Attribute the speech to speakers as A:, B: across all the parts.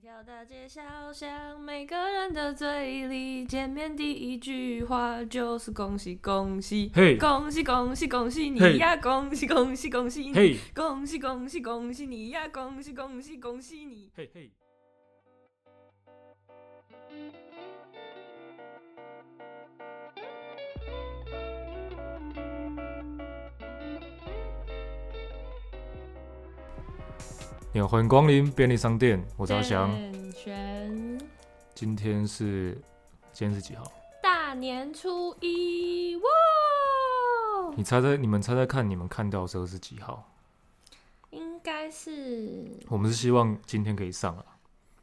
A: 条大街小巷，每个人的嘴里，见面第一句话就是恭喜恭喜，
B: 嘿
A: 恭喜恭喜恭喜你
B: 嘿
A: 呀，恭喜恭喜恭喜你，
B: 嘿，
A: 恭喜恭喜恭喜你呀，恭喜恭喜恭喜你。
B: 嘿嘿，你好，欢迎光临便利商店，我
A: 我
B: 是阿翔。
A: 选
B: 今天是今天是几号？
A: 大年初一哇，
B: 你猜猜，你们猜猜看，你们看到的时候是几号？
A: 应该是
B: 我们是希望今天可以上啊。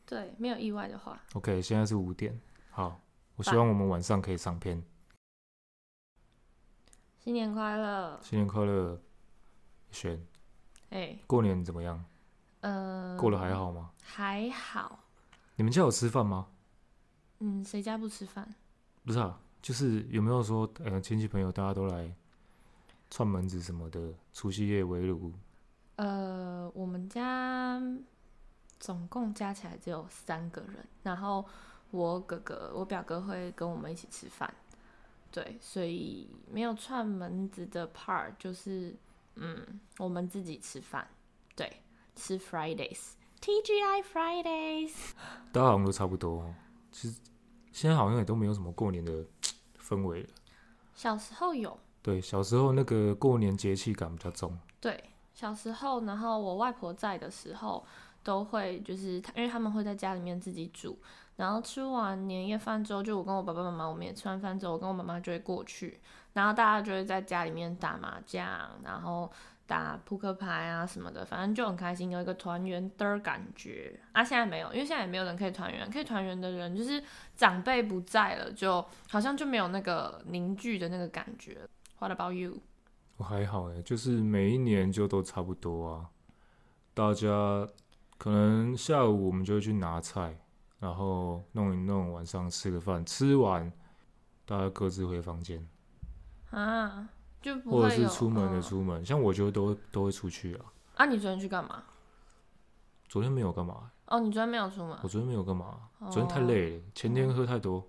A: 对，没有意外的话，
B: OK，现在是五点。好，我希望我们晚上可以上片。
A: 新年快乐。
B: 新年快乐，璇。
A: 哎，
B: 过年怎么样？
A: 呃，
B: 过得还好吗？
A: 还好，
B: 你们家有吃饭吗？
A: 嗯，谁家不吃饭？
B: 不是啊，就是有没有说，呃，亲戚朋友大家都来串门子什么的，除夕夜围炉，
A: 呃，我们家总共加起来只有三个人，然后我哥哥、我表哥会跟我们一起吃饭，对，所以没有串门子的 part，就是嗯，我们自己吃饭，对，吃 Fridays，TGI Fridays，
B: 大家好像都差不多哦。其实现在好像也都没有什么过年的氛围了。
A: 小时候有，
B: 对，小时候那个过年节气感比较重。
A: 对，小时候，然后我外婆在的时候，都会就是她，因为他们会在家里面自己煮，然后吃完年夜饭之后，就我跟我爸爸妈妈，我们也吃完饭之后，我跟我妈妈就会过去，然后大家就会在家里面打麻将，然后打扑克牌啊什么的，反正就很开心，有一个团圆的感觉。啊，现在没有，因为现在也没有人可以团圆，可以团圆的人就是长辈不在了，就好像就没有那个凝聚的那个感觉了。What about you？
B: 我还好诶，就是每一年就都差不多啊。大家可能下午我们就会去拿菜，然后弄一弄，晚上吃个饭，吃完大家各自回房间，
A: 啊，就不
B: 或
A: 会
B: 者是
A: 有
B: 出门的
A: 嗯
B: 出门。像我就都会都会出去啊。
A: 啊，你昨天去干嘛？
B: 昨天没有干嘛，欸
A: 哦，你昨天没有出门
B: 我。昨天没有干嘛，
A: 哦
B: 昨天太累了，前天喝 太多，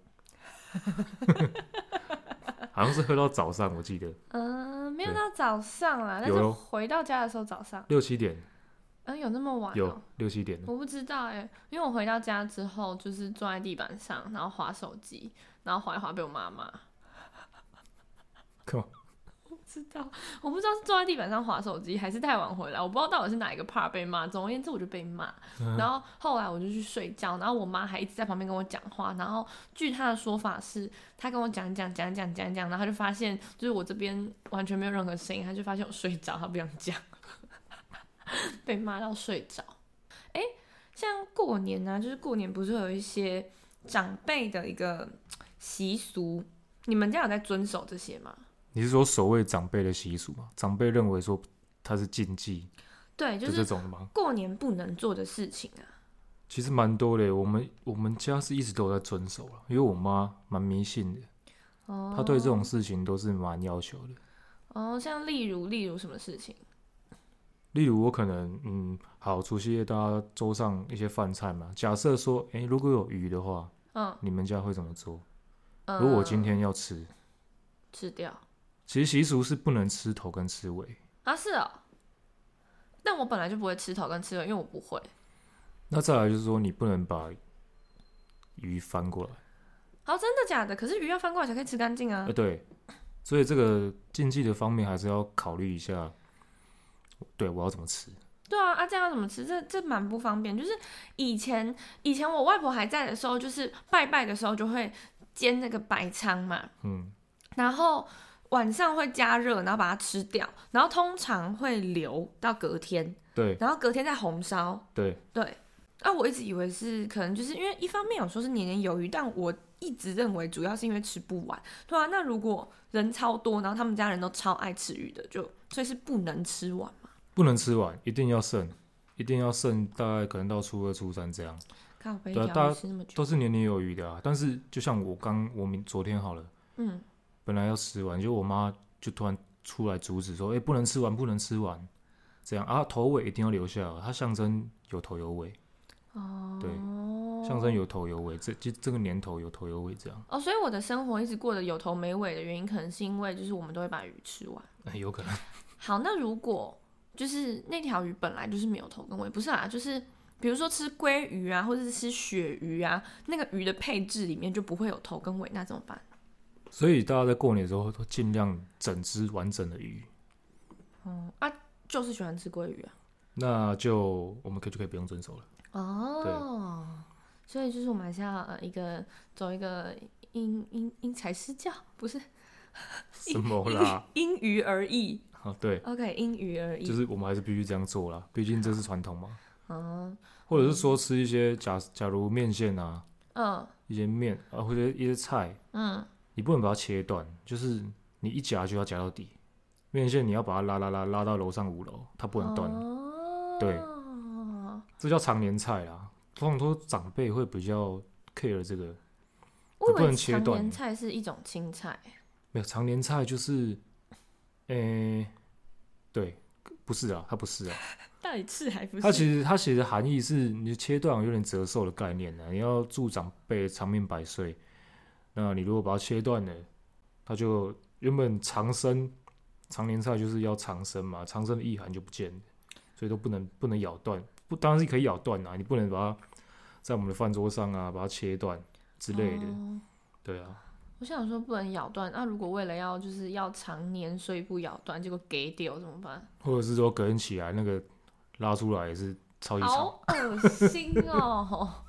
B: 好像是喝到早上，我记得
A: 嗯、没有
B: 对
A: 到早上啦，但
B: 有
A: 是
B: 哟
A: 回到家的时候早上。
B: 六七点
A: 嗯、有那么晚、哦？
B: 有六七点，
A: 我不知道哎、因为我回到家之后就是坐在地板上，然后划手机，然后划一划被我妈骂。
B: 干嘛？
A: 我不知道，我不知道是坐在地板上划手机，还是太晚回来，我不知道到底是哪一个 part 被骂。总而言之，我就被骂。然后后来我就去睡觉，然后我妈还一直在旁边跟我讲话。然后据她的说法是，她跟我讲讲讲讲讲讲，然后她就发现就是我这边完全没有任何声音，她就发现我睡着，她不想讲， 被骂到睡着。哎，像过年啊，就是过年不是会有一些长辈的一个习俗，你们家有在遵守这些吗？
B: 你是说所谓长辈的习俗吗？长辈认为说它是禁忌，
A: 对，就
B: 就是这种的吗？
A: 过年不能做的事情啊。
B: 其实蛮多的耶，我们我们家是一直都有在遵守了，因为我妈蛮迷信的，
A: 哦
B: 她对这种事情都是蛮要求的。
A: 哦，像例如例如什么事情？
B: 例如我可能嗯，好，除夕夜大家桌上一些饭菜嘛，假设说，诶，如果有鱼的话，
A: 嗯，
B: 你们家会怎么做？
A: 呃、
B: 如果我今天要吃，
A: 吃掉
B: 其实习俗是不能吃头跟吃尾，
A: 啊，是哦。但我本来就不会吃头跟吃尾，因为我不会。
B: 那再来就是说你不能把鱼翻过来。
A: 哦，真的假的？可是鱼要翻过来才可以吃干净啊
B: 呃，。对，所以这个禁忌的方面还是要考虑一下。对我要怎么吃？
A: 对啊，啊，这样要怎么吃？这这蛮不方便。就是以前以前我外婆还在的时候，就是拜拜的时候就会煎那个白鲳嘛，
B: 嗯，
A: 然后晚上会加热，然后把它吃掉，然后通常会留到隔天，
B: 对
A: 然后隔天再红烧。
B: 对，
A: 对，啊，我一直以为是可能就是因为一方面有说是年年有余，但我一直认为主要是因为吃不完，对啊，那如果人超多，然后他们家人都超爱吃鱼的，就所以是不能吃完嘛。
B: 不能吃完，一定要剩，一定要剩，大概可能到初二、初三这样，
A: 靠北
B: 对啊
A: 饺
B: 大
A: 子
B: 家
A: 吃那么久，
B: 都是年年有余的啊。但是就像我刚我们昨天好了，
A: 嗯，
B: 本来要吃完，结果我妈就突然出来阻止说：“哎、不能吃完，不能吃完。”啊这样啊，头尾一定要留下，它象征有头有尾。
A: 哦，
B: 对象征有头有尾，这这这个年头有头有尾这样，
A: 哦，所以我的生活一直过得有头没尾的原因，可能是因为就是我们都会把鱼吃完。
B: 哎 有可能。
A: 好，那如果就是那条鱼本来就是没有头跟尾，不是啊，就是比如说吃鲑鱼啊，或者是吃鳕鱼啊，那个鱼的配置里面就不会有头跟尾，那怎么办？
B: 所以大家在过年的时候都尽量整只完整的鱼，
A: 哦、啊，就是喜欢吃鲑鱼啊。
B: 那就我们可以就可以不用遵 守了。
A: 哦，所以就是我们还是要呃一个走一个因因因材施教，不是
B: 什 么啦？
A: 因鱼而异。
B: 啊， 对，
A: OK，因鱼而异。
B: 就是我们还是必须这样做啦，毕竟这是传统嘛。
A: 嗯
B: 或者是说吃一些假假如面线啊，
A: 嗯
B: 一些面啊，或者一些菜，
A: 嗯，
B: 你不能把它切断，就是你一夹就要夹到底。面线你要把它拉拉拉拉到楼上五楼，它不能断，
A: 哦、
B: 对这叫常年菜啦。通常都长辈会比较 care 这个，
A: 我以
B: 不
A: 为
B: 能切
A: 常
B: 断
A: 年菜是一种青菜，
B: 没有常年菜就是，诶、对，不是啊，它不是啊，
A: 到底是还不是？
B: 它其实它其实含义是你切断有点折寿的概念啊呢、你要祝长辈长命百岁，那你如果把它切断了，它就原本长生，常年菜就是要长生嘛，长生的意涵就不见了，所以都不能不能咬断，不当然是可以咬断啊啦，你不能把它在我们的饭桌上啊把它切断之类的，
A: 哦
B: 对啊。
A: 我想说不能咬断，那、如果为了要就是要常年所以不咬断，结果给掉怎么办？
B: 或者是说隔天起来那个拉出来也是超级长。
A: 好恶心哦！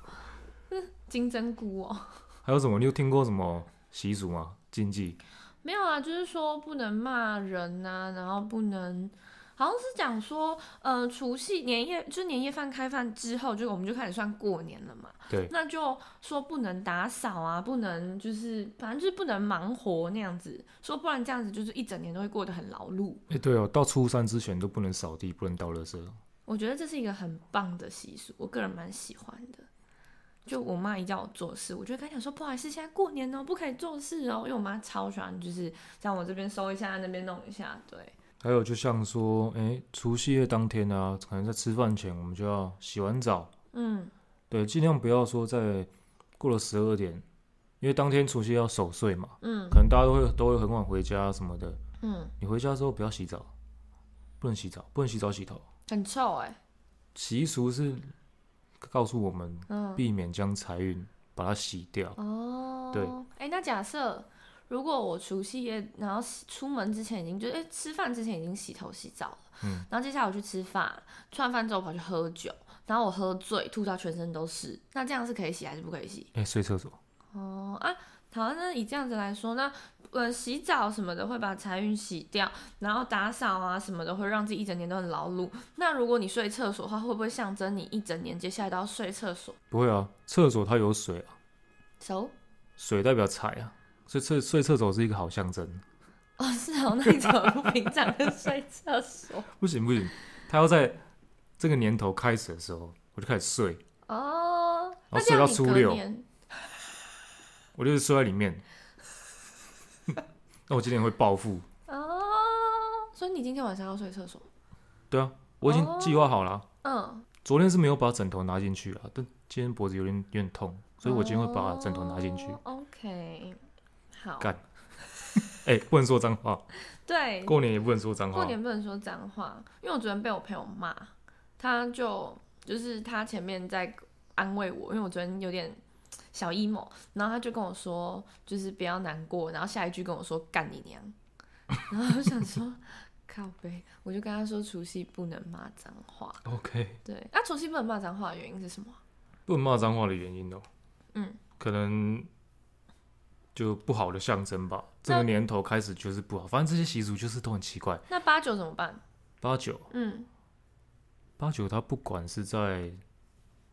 A: 金针菇哦，
B: 还有什么？你有听过什么习俗吗？禁忌？
A: 没有啊，就是说不能骂人呐、然后不能，好像是讲说，呃，除夕年夜就是年夜饭开饭之后，就我们就开始算过年了嘛。
B: 对，
A: 那就说不能打扫啊，不能就是反正就是不能忙活那样子，说不然这样子就是一整年都会过得很劳碌。
B: 哎、对哦，到初三之前都不能扫地，不能倒垃圾。
A: 我觉得这是一个很棒的习俗，我个人蛮喜欢的。就我妈一叫我做事，我就跟她讲说，不好意思，现在过年哦、不可以做事哦、因为我妈超喜欢，就是在我这边收一下，那边弄一下，对，
B: 还有，就像说，哎、除夕夜当天啊，可能在吃饭前，我们就要洗完澡，
A: 嗯，
B: 对，尽量不要说在过了十二点，因为当天除夕要守岁嘛，
A: 嗯，
B: 可能大家都会都会很晚回家什么的。
A: 嗯，
B: 你回家之后不要洗澡，不能洗澡，不能洗澡洗头。
A: 很臭哎、
B: 习俗是告诉我们
A: 嗯，
B: 避免将财运把它洗掉。
A: 哦，
B: 对，
A: 哎、那假设如果我除夕夜，然后洗出门之前已经就哎、吃饭之前已经洗头洗澡了，
B: 嗯，
A: 然后接下来我去吃饭，吃完饭之后我跑去喝酒，然后我喝醉吐到全身都是，那这样是可以洗还是不可以洗？
B: 哎、睡厕所，
A: 哦啊，好，那以这样子来说，那呃洗澡什么的会把财运洗掉，然后打扫啊什么的会让自己一整年都很劳碌。那如果你睡厕所的话，会不会象征你一整年接下来都要睡厕所？
B: 不会啊，厕所它有水啊，
A: 熟、
B: 水代表财啊，所以厕睡厕所是一个好象征。
A: 哦，是哦，那你怎么不平常就睡厕所？
B: 不行不行，他要在这个年头开始的时候，我就开始睡，
A: 哦，那
B: 然后
A: 这
B: 睡
A: 样
B: 到
A: 你
B: 初
A: 隔
B: 六
A: 年
B: 我就是睡在里面。 那我今年会暴富，
A: 哦，所以你今天晚上要睡厕所？
B: 对啊，我已
A: 哦
B: 经计划好了啊、
A: 嗯，
B: 昨天是没有把枕头拿进去啊，但今天脖子有点有点痛，所以我今天会把枕头拿进去。
A: 哦 OK，好，
B: 干哎、不能说脏话，
A: 对，
B: 过年也不能说脏
A: 哎过
B: 话。
A: 年不能说脏话，因为我昨天被我朋友骂，他就就是他前面在安慰我，因为我昨天有点小 emo，然后他就跟我说，就是不要难过，然后下一句跟我说干你娘，然后我想说靠背，我就跟他说除夕不能骂脏话，
B: OK。
A: 对，那、除夕不能骂脏话的原因是什么？啊
B: 不能骂脏话的原因哦、
A: 嗯，
B: 可能就不好的象征吧。这个年头开始就是不好，反正这些习俗就是都很奇怪。
A: 那八九怎么办？
B: 八九
A: 嗯
B: 八九，他不管是在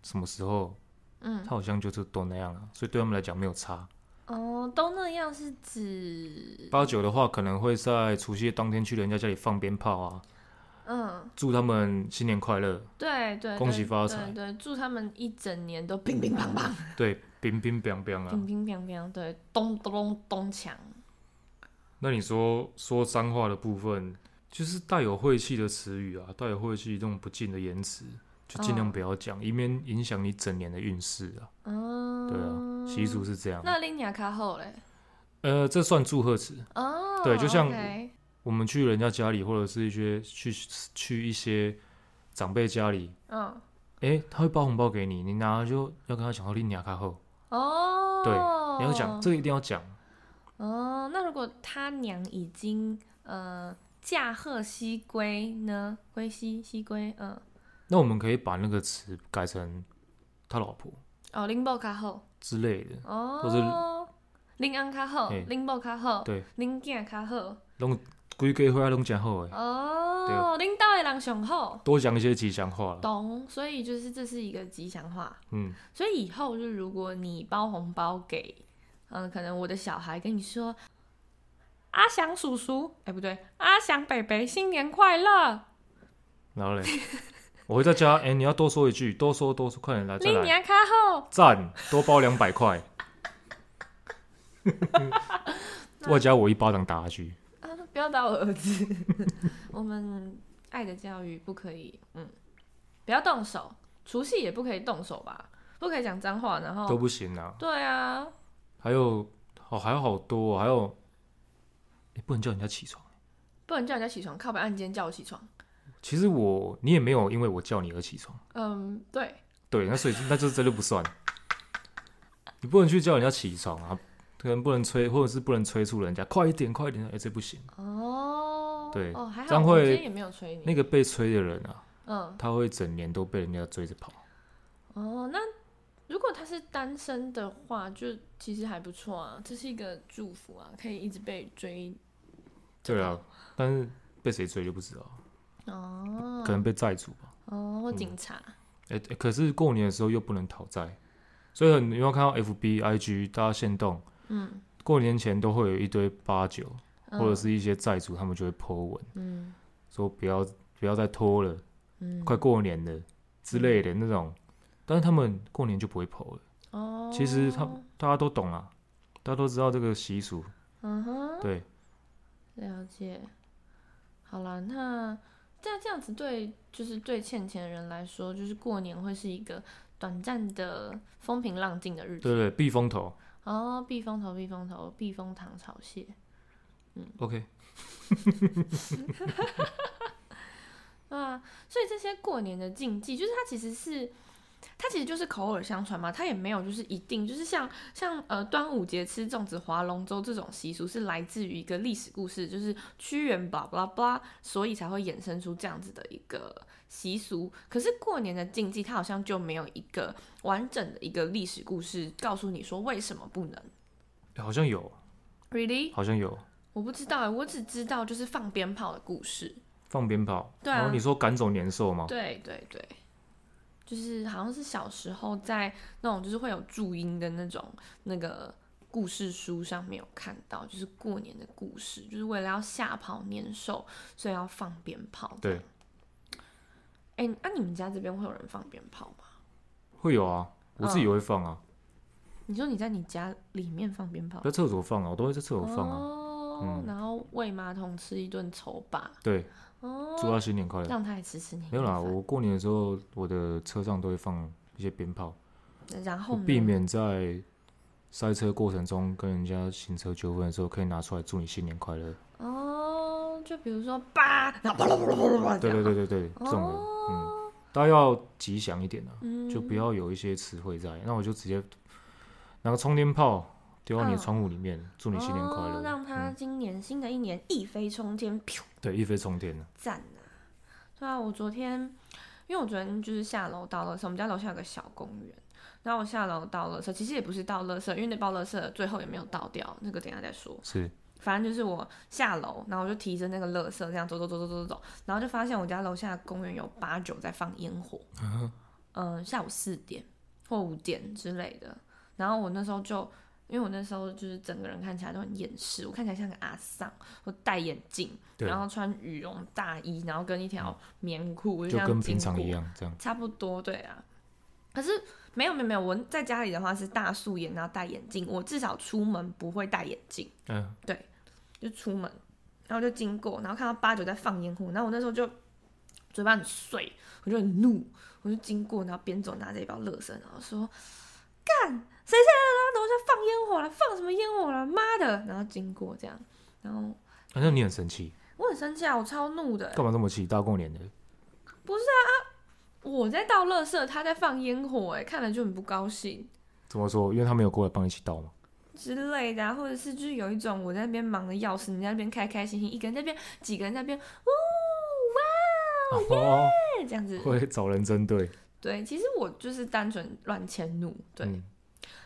B: 什么时候，
A: 嗯
B: 他，好像就是都那样了、啊所以对他们来讲没有差。
A: 哦，都那样是指
B: 八九的话，可能会在除夕夜当天去人家家里放鞭炮啊，
A: 嗯。
B: 祝他们新年快乐，
A: 对对，
B: 恭
A: 对
B: 喜发财
A: 对对，祝他们一整年都乒乒乓乓，
B: 对，冰冰冰冰啊
A: 乒。乒乓乓，对，咚咚咚锵。
B: 那你说说脏话的部分，就是带有晦气的词语啊，带有晦气这种不敬的言辞，就尽量
A: 哦
B: 不要讲，以免影响你整年的运势啊。
A: 嗯，
B: 对啊，习俗。是这样。
A: 那拎牙卡后嘞？
B: 呃，这算祝贺词。
A: 哦，
B: 对就像
A: OK
B: 我们去人家家里，或者是一些去去一些长辈家里，
A: 嗯，
B: 诶，他会包红包给你，你拿了就要跟他讲到利尼亚卡后，
A: 哦，
B: 对你要讲这个一定要讲。
A: 哦，那如果他娘已经呃驾鹤西归呢？归西西归，嗯，
B: 那我们可以把那个词改成他老婆
A: 哦，拎爆卡后，
B: 之类的，或是
A: 哦，拎安卡后
B: 嘿，
A: 拎爆卡后，
B: 对，
A: 拎囝卡后，
B: 规家伙拢讲好诶，
A: 哦，拎到的人上好，
B: 多讲一些吉祥话啦。
A: 懂？所以就是这是一个吉祥话。
B: 嗯，
A: 所以以后就是如果你包红包给，嗯、可能我的小孩跟你说，阿翔叔叔，哎、不对，阿翔北北新年快
B: 啊
A: 乐，
B: 然后嘞， 我会在家，诶，你要多说一句，多说多说，快点来再
A: 你
B: 来，
A: 年卡后，
B: 赞，多包两百块。外加我一巴掌打下去，
A: 啊，不要打我儿子， 我们爱的教育不可以，嗯，不要动手，除夕也不可以动手吧，不可以讲脏话，然
B: 都
A: 后，
B: 不行啊。
A: 对啊，
B: 还有哦，还有好多、哦，还有，你不能叫人家起床。
A: 不能叫人家起床，靠北按肩叫我起床，
B: 其实我你也没有因为我叫你而起床，
A: 嗯，对，
B: 对，那所以那就是真的不算。你不能去叫人家起床啊，可能不能催，或者是不能催促人家快一点，快一点，哎、这不行。
A: 哦，
B: 对
A: 哦，还
B: 这
A: 好，
B: 样
A: 我
B: 会
A: 今天也没有催你，
B: 那个被催的人啊，
A: 嗯。
B: 他会整年都被人家追着跑。
A: 哦，那如果他是单身的话，就其实还不错啊，这是一个祝福啊，可以一直被追。
B: 对啊，但是被谁追就不知道，
A: 哦
B: 可能被债主吧。
A: 哦，或警察，
B: 哎、哎可是过年的时候又不能讨债，所以很你有没有看到 FB、IG 大家限动，
A: 嗯，
B: 过年前都会有一堆八九。
A: 嗯
B: 或者是一些债主，他们就会 po 文
A: 嗯
B: 说不要不要再拖了，
A: 嗯，
B: 快过年了之类的那种。但是他们过年就不会 po 了，
A: 哦，
B: 其实他大家都懂啦，大家都知道这个习俗，
A: 嗯哼，
B: 对，
A: 了解。好了，那这样这样子对，就是对欠钱的人来说，就是过年会是一个短暂的风平浪静的日
B: 对
A: 子。
B: 对，避风头
A: 哦，避风头，避风头，避风塘炒蟹。
B: ，OK，
A: 啊，所以这些过年的禁忌，就是它其实是，它其实就是口耳相传嘛，它也没有就是一定，就是像像呃端午节吃粽子、划龙舟这种习俗是来自于一个历史故事，就是屈原巴拉巴拉，所以才会衍生出这样子的一个习俗。可是过年的禁忌，它好像就没有一个完整的一个历史故事告诉你说为什么不能。
B: 好像有，
A: Really？
B: 好像有
A: 我不知道欸，我只知道就是放鞭炮的故事。
B: 放鞭炮，
A: 对啊
B: 然后你说赶走年兽吗？
A: 对对对，就是好像是小时候在那种就是会有注音的那种那个故事书上面有看到，就是过年的故事，就是为了要吓跑年兽，所以要放鞭炮。
B: 对，
A: 哎，那、你们家这边会有人放鞭炮吗？
B: 会有啊，我自己也会放啊，
A: 嗯你说你在你家里面放鞭炮
B: 在，厕所放啊，我都会在厕所放啊，
A: 哦，
B: 嗯
A: 然后喂马桶吃一顿丑霸，
B: 对，祝
A: 哦，
B: 他新年快乐。
A: 让他也吃吃你
B: 没有啦，
A: 的饭
B: 我过年的时候，我的车上都会放一些鞭炮。
A: 然后
B: 就
A: 呢
B: 避免在塞车过程中跟人家行车纠纷的时候，可以拿出来祝你新年快乐。
A: 哦，就比如说叭，然后啪啦啪啦啪啦啪啦哦这
B: 对
A: 样哦
B: 对对对对，这种的，嗯，大家要吉祥一点啊，
A: 嗯，
B: 就不要有一些词汇在。那我就直接拿个冲天炮丢到你的
A: 嗯
B: 窗户里面，祝你新年快乐，
A: 哦，让他
B: 嗯
A: 今年新的一年一飞冲天，噗，
B: 对一飞冲天的。
A: 赞啊！对啊，我昨天，因为我昨天就是下楼到垃圾，我们家楼下有个小公园，然后我下楼到垃圾，其实也不是到垃圾，因为那包垃圾最后也没有倒掉，那个等一下再说。
B: 是，
A: 反正就是我下楼，然后我就提着那个垃圾这样走走走走走走，然后就发现我家楼下公园有八九在放烟火，嗯、下午四点或五点之类的。然后我那时候就，因为我那时候就是整个人看起来都很厌世，我看起来像个阿桑，我戴眼镜，
B: 对嗯
A: 然后穿羽绒大衣，然后跟一条棉裤，我
B: 就
A: 像
B: 跟
A: 经
B: 平常
A: 过
B: 一样这样。
A: 差不多，对啊。可是没有没有没有，我在家里的话是大素颜，然后戴眼镜，我至少出门不会戴眼镜。
B: 嗯，
A: 就出门，然后就经过，然后看到八九在放烟火，然后我那时候就嘴巴很碎，我就很怒，我就经过，然后边走拿着一包乐色，然后说：“干，谁在那楼下放烟火了？放什么烟火了？妈的！”然后经过这样，然后
B: 反哎正你很生气，
A: 我很生气啊，我超怒的欸、
B: 干嘛这么气？大过年的，
A: 我在倒垃圾，他在放烟火、哎，看了就很不高兴
B: 怎么说？因为他没有过来帮你一起倒嘛。
A: 之类的、啊，或者是就是有一种我在那边忙的要死，你在那边开开心心，一个人在那边，几个人在那边，呜哇
B: 哦，
A: 耶这样子。
B: 会找人针对。
A: 对，其实我就是单纯乱迁怒，对。
B: 嗯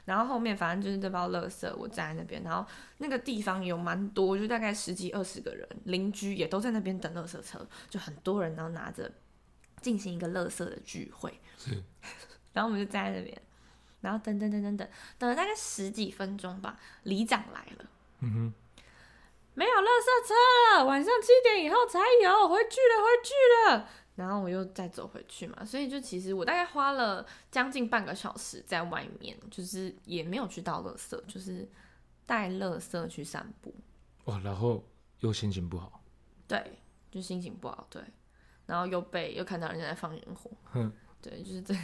A: 然后后面反正就是这包垃圾，我站在那边，然后那个地方有蛮多，就大概十几二十个人，邻居也都在那边等垃圾车，就很多人，然后拿着进行一个垃圾的聚会。
B: 是
A: 然后我们就站在那边，然后等等等等等，等了大概十几分钟吧，里长来了。
B: 嗯哼，
A: 没有垃圾车了，晚上七点以后才有，回去了，回去了。然后我又再走回去嘛，所以就其实我大概花了将近半个小时在外面，就是也没有去倒垃圾，就是带垃圾去散步。
B: 哇，然后又心情不好，
A: 对，就心情不好，对，然后又被又看到人家在放烟火，
B: 哼，
A: 对，就是这个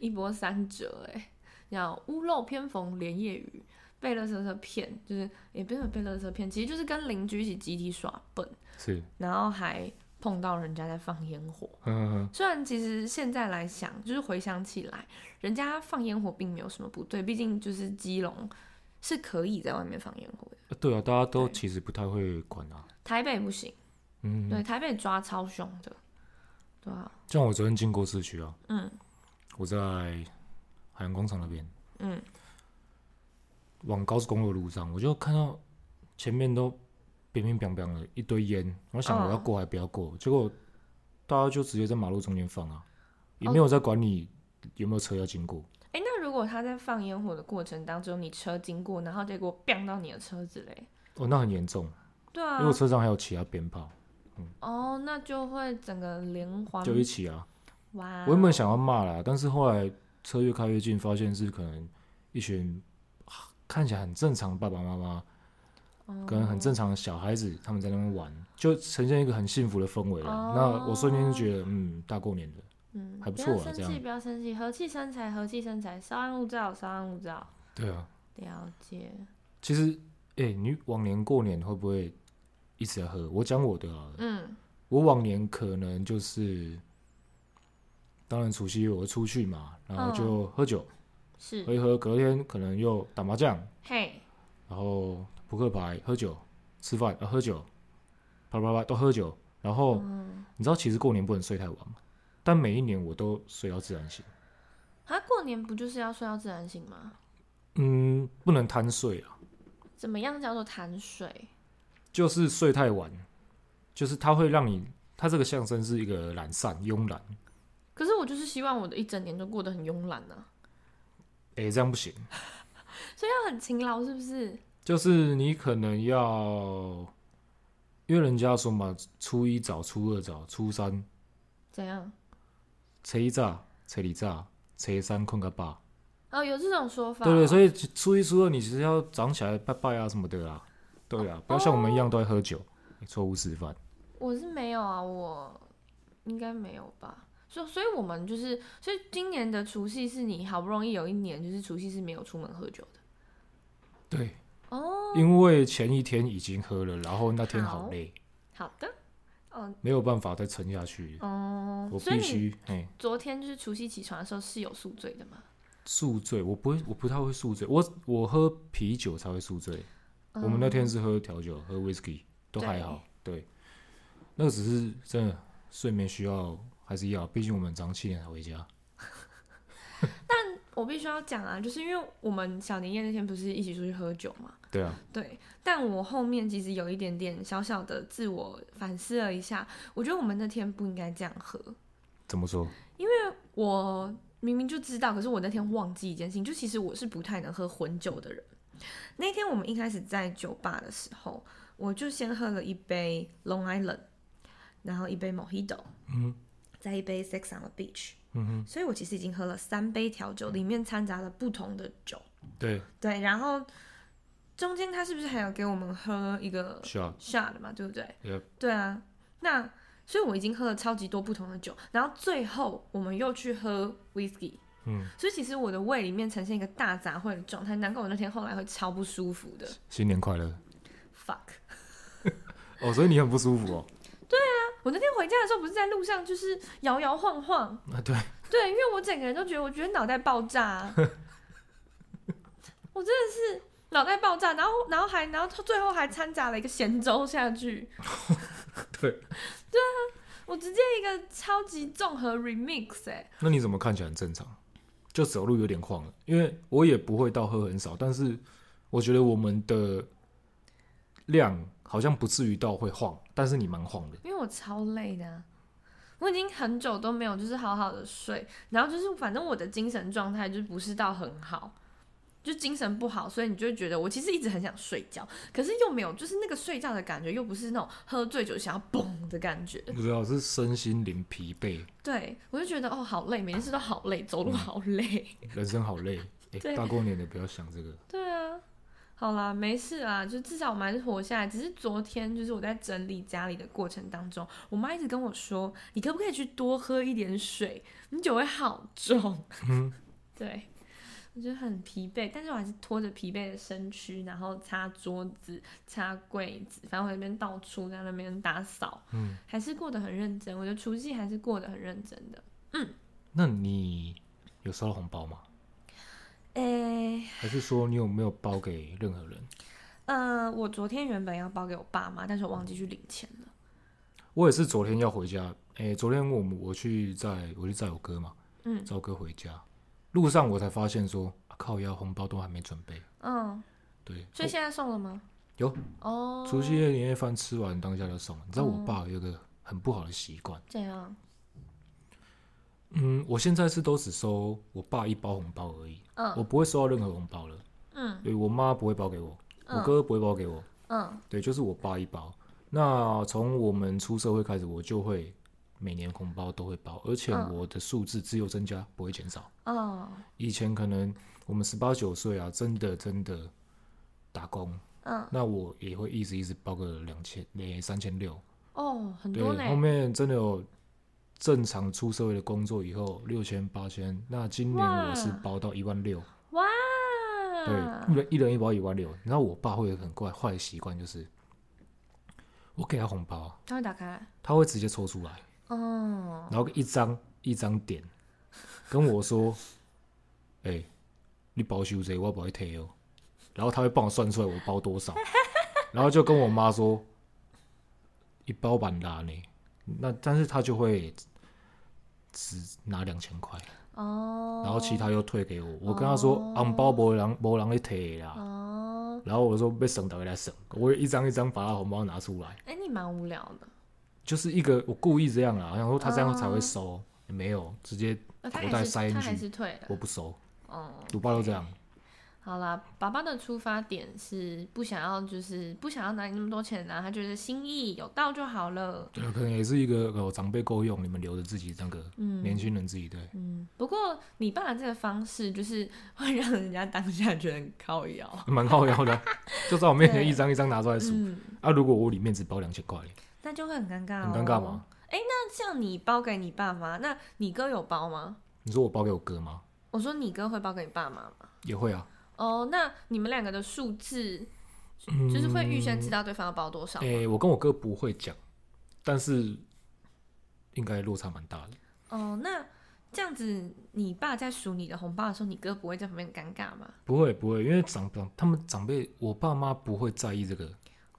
A: 一波三折哎，叫屋漏偏逢连夜雨，被垃圾车骗，就是也不是被垃圾骗，其实就是跟邻居一起集体耍笨，
B: 是，
A: 然后还碰到人家在放烟火。
B: 嗯哼，
A: 虽然其实现在来想，就是回想起来，人家放烟火并没有什么不对，毕竟就是基隆是可以在外面放烟火的，
B: 呃对啊，大家都
A: 对
B: 其实不太会管啊。
A: 台北不行，
B: 嗯，
A: 对，台北抓超凶的，对啊，
B: 像我昨天经过市区啊，
A: 嗯
B: 我在海洋广场那边
A: 嗯，
B: 往高速公路的路上，我就看到前面都乒乒乓乓的一堆烟，我想
A: 嗯
B: 我要过还不要过，结果大家就直接在马路中间放啊，
A: 哦
B: 也没有在管你有没有车要经过。
A: 哎、那如果他在放烟火的过程当中，你车经过，然后结果 bang 到你的车子嘞，
B: 哦，那很严重，
A: 对
B: 因
A: 啊
B: 为，我车上还有其他鞭炮，
A: 哦，那就会整个连环
B: 就一起啊。
A: 哇，
B: 我原本想要骂啦，但是后来车越开越近，发现是可能一群啊看起来很正常的爸爸妈妈，
A: 哦
B: 跟很正常的小孩子，他们在那边玩，就呈现一个很幸福的氛围了。
A: 哦
B: 那我瞬间就觉得，嗯，大过年的，
A: 嗯，
B: 还不
A: 不
B: 错
A: 要
B: 啊
A: 生
B: 这样
A: 气，不要生气，和气生财，和气生财，稍安勿躁，稍安勿躁。
B: 对啊。
A: 了解，
B: 其实，哎、你往年过年会不会一直在喝？我讲我的啊，
A: 嗯
B: 我往年可能就是，当然除夕夜我会出去嘛，然后就喝酒，
A: 是
B: 喝，一喝，隔天可能又打麻将，
A: 嘿，
B: 然后扑克牌，喝酒，吃饭，呃，喝酒，啪啪啪都喝酒。然后、你知道，其实过年不能睡太晚嘛，但每一年我都睡到自然醒。
A: 啊，过年不就是要睡到自然醒吗？
B: 嗯，不能贪睡啊，
A: 怎么样叫做贪睡？
B: 就是睡太晚，就是它会让你，它这个象征是一个懒散、慵懒。
A: 可是我就是希望我的一整年都过得很慵懒呢、
B: 诶，这样不行，
A: 所以要很勤劳，是不是？
B: 就是你可能要，因为人家说嘛，初一早，初二早，初三
A: 怎样？
B: 初一早，初二早，初三困个饱。
A: 哦，有这种说法哦、
B: 对对，所以初一初二你其实要长起来拜拜啊什么的啊，对
A: 哦
B: 啊，不要像我们一样都在喝酒，错误示范。
A: 我是没有啊，我应该没有吧。所所以，我们就是，所以今年的除夕是你好不容易有一年，就是除夕是没有出门喝酒的
B: 对，
A: 哦。
B: 因为前一天已经喝了，然后那天好累，
A: 好的，哦
B: 没有办法再撑下去，
A: 哦，
B: 我
A: 所以
B: 必
A: 你
B: 须哎
A: 昨天就是除夕起床的时候是有宿醉的吗？
B: 宿醉，我不会，我不太会宿醉，我我喝啤酒才会宿醉。
A: 哦
B: 我们那天是喝调酒，喝 whisky 都还好，对，那个只是真的睡眠需要还是要，毕竟我们早上七点才回家。
A: 嗯我必须要讲啊，就是因为我们小年夜那天不是一起出去喝酒嘛，
B: 对啊，
A: 对。但我后面其实有一点点小小的自我反思了一下，我觉得我们那天不应该这样喝。
B: 怎么说？
A: 我明明就知道，可是我那天忘记一件事情，就其实我是不太能喝混酒的人。那天我们一开始在酒吧的时候，我就先喝了一杯 Long Island，然后一杯 Mojito，
B: 嗯
A: 再一杯 Sex on the Beach，
B: 嗯哼，
A: 所以我其实已经喝了三杯调酒，里面掺杂了不同的酒。
B: 对，
A: 对，然后中间他是不是还有给我们喝一个
B: 需要
A: shot 嘛，对不对
B: Yep
A: 对啊，那所以我已经喝了超级多不同的酒，然后最后我们又去喝 whisky，
B: 嗯，
A: 所以其实我的胃里面呈现一个大杂烩的状态，难怪我那天后来会超不舒服的。
B: 新年快乐
A: fuck，
B: 哦，所以你很不舒服哦，
A: 我那天回家的时候不是在路上就是摇摇晃晃，
B: 啊，对，
A: 对，因为我整个人都觉得我觉得脑袋爆炸啊、我真的是脑袋爆炸，然后然后还然后最后还掺杂了一个咸粥下去，
B: 对，
A: 我直接一个超级综合 remix 哎、
B: 那你怎么看起来很正常？就走路有点晃了，因为我也不会到喝很少，但是我觉得我们的量好像不至于到会晃，但是你蛮晃的，
A: 因为我超累的啊、我已经很久都没有就是好好的睡，然后就是反正我的精神状态就不是到很好，就精神不好，所以你就会觉得我其实一直很想睡觉，可是又没有，就是那个睡觉的感觉又不是那种喝醉酒想要嘣的感觉，
B: 主要是身心灵疲 惫，
A: 对我就觉得哦好累，每件事都好累，走路好累，
B: 人生好累。哎、
A: 对
B: 大过年的不要想这个。
A: 对啊。好啦，没事啊，就至少我们还是活下来。只是昨天就是我在整理家里的过程当中，我妈一直跟我说，你可不可以去多喝一点水，你酒会好重。
B: 嗯，
A: 对，我觉得很疲惫，但是我还是拖着疲惫的身躯，然后擦桌子、擦柜子，反正我在那边到处在那边打扫，
B: 嗯，
A: 还是过得很认真。我觉得除夕还是过得很认真的。
B: 那你有收到红包吗？
A: 诶、
B: 还是说你有没有包给任何人？
A: 呃，我昨天原本要包给我爸妈，但是我忘记去领钱了。
B: 我也是昨天要回家，哎、昨天我们我去载我去载我哥嘛，
A: 嗯
B: 载我哥回家，路上我才发现说，啊、靠腰红包都还没准备，
A: 嗯，
B: 对，
A: 所以现在送了吗？
B: 有
A: 哦，
B: 除夕夜年夜饭吃完当下就送了。你知道
A: 嗯
B: 我爸有一个很不好的习惯，
A: 这样，
B: 嗯，我现在是都只收我爸一包红包而已，
A: 嗯
B: 我不会收到任何红包了，
A: 嗯
B: 对我妈不会包给我，我
A: 嗯
B: 哥不会包给我，
A: 嗯
B: 对，就是我爸一包。那从我们出社会开始，我就会每年红包都会包，而且
A: 嗯
B: 我的数字只有增加，不会减少。
A: 哦
B: 以前可能我们十八九岁啊，真的真的打工，
A: 嗯
B: 那我也会一直一直包个两千、诶三千六。
A: 哦，很
B: 对
A: 多，呢。
B: 后面真的有正常出社会的工作以后，六千、八千。那今年
A: 哇嗯
B: 我是包到一万六，
A: 哇，
B: 对，一人一人一包一万六。你知道我爸会有一个很怪坏的习惯，就是我给他红包啊，
A: 他会打开来，
B: 他会直接抽出来，
A: 哦，
B: 然后一张一张点，跟我说：“哎、你包修这我不会退哦。”然后他会帮我算出来我包多少，然后就跟我妈说：“一包板拉呢。”那但是他就会只拿两千块，
A: 哦，
B: 然后其他又退给我。我跟他说：“红包没人没人会退的啦。
A: 哦，”
B: 然后我说：“被省的给他省。”我一张一张把他红包拿出来，
A: 哎、你蛮无聊的。
B: 就是一个我故意这样啦，好像说他这样才会收，
A: 哦
B: 没有直接
A: 呃他
B: 口袋
A: 还
B: 塞
A: 是
B: 进
A: 他还
B: 去。
A: 是退了。
B: 我不熟，
A: 哦，
B: 我爸都这样。
A: 好啦，爸爸的出发点是不想要，就是不想要拿你那么多钱啊，他觉得心意有到就好了。
B: 对，可能也是一个哦，长辈够用，你们留着自己那个年轻人自己对。
A: 嗯，不过你爸的这个方式就是会让人家当下觉得很靠摇。
B: 蛮好摇的， 就在我面前
A: 对
B: 一张一张拿出来数。
A: 嗯，
B: 啊，如果我里面只包两千块嘞，
A: 那就会很尴尬、哦，
B: 很尴尬吗？？
A: 那像你包给你爸妈，那你哥有包吗？
B: 你说我包给我哥吗？
A: 我说你哥会包给你爸妈吗？
B: 也会啊。
A: 哦，那你们两个的数字嗯就是会预先知道对方要包多少吗？
B: 嗯诶、我跟我哥不会讲，但是应该落差蛮大的。
A: 哦，那这样子，你爸在数你的红包的时候，你哥不会在旁边尴尬吗？
B: 不会不会，因为长长他们长辈，我爸妈不会在意这个。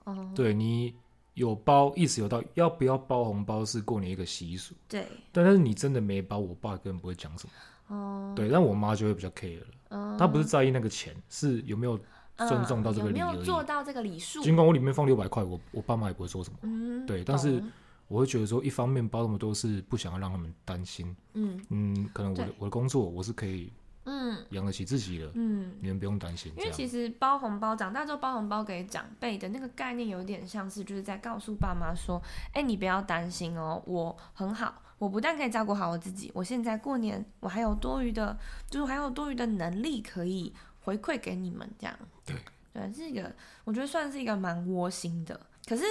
A: 哦，
B: 对你有包，意思有到，要不要包红包是过年一个习俗。
A: 对，
B: 但但是你真的没包，我爸根本不会讲什么。
A: 哦，
B: 对，但我妈就会比较 care 了。
A: 嗯，
B: 他不是在意那个钱，是有没有尊重到这个
A: 呃有
B: 礼
A: 没
B: 而
A: 有做
B: 已。
A: 到这个礼数？
B: 尽管我里面放六百块，我我爸妈也不会说什么。
A: 嗯，
B: 对但是
A: 懂
B: 我会觉得说，一方面包那么多是不想要让他们担心，
A: 嗯
B: 嗯，可能我的
A: 对
B: 我的工作我是可以
A: 嗯
B: 养得起自己的，
A: 嗯，
B: 你们不用担心。
A: 因
B: 这
A: 为
B: 样
A: 其实包红包，长大之后包红包给长辈的那个概念，有点像是就是在告诉爸妈说，哎、你不要担心哦，我很好，我不但可以照顾好我自己，我现在过年我还有多余的，就是还有多余的能力可以回馈给你们这样。
B: 对
A: 对，是一个我觉得算是一个蛮窝心的，可是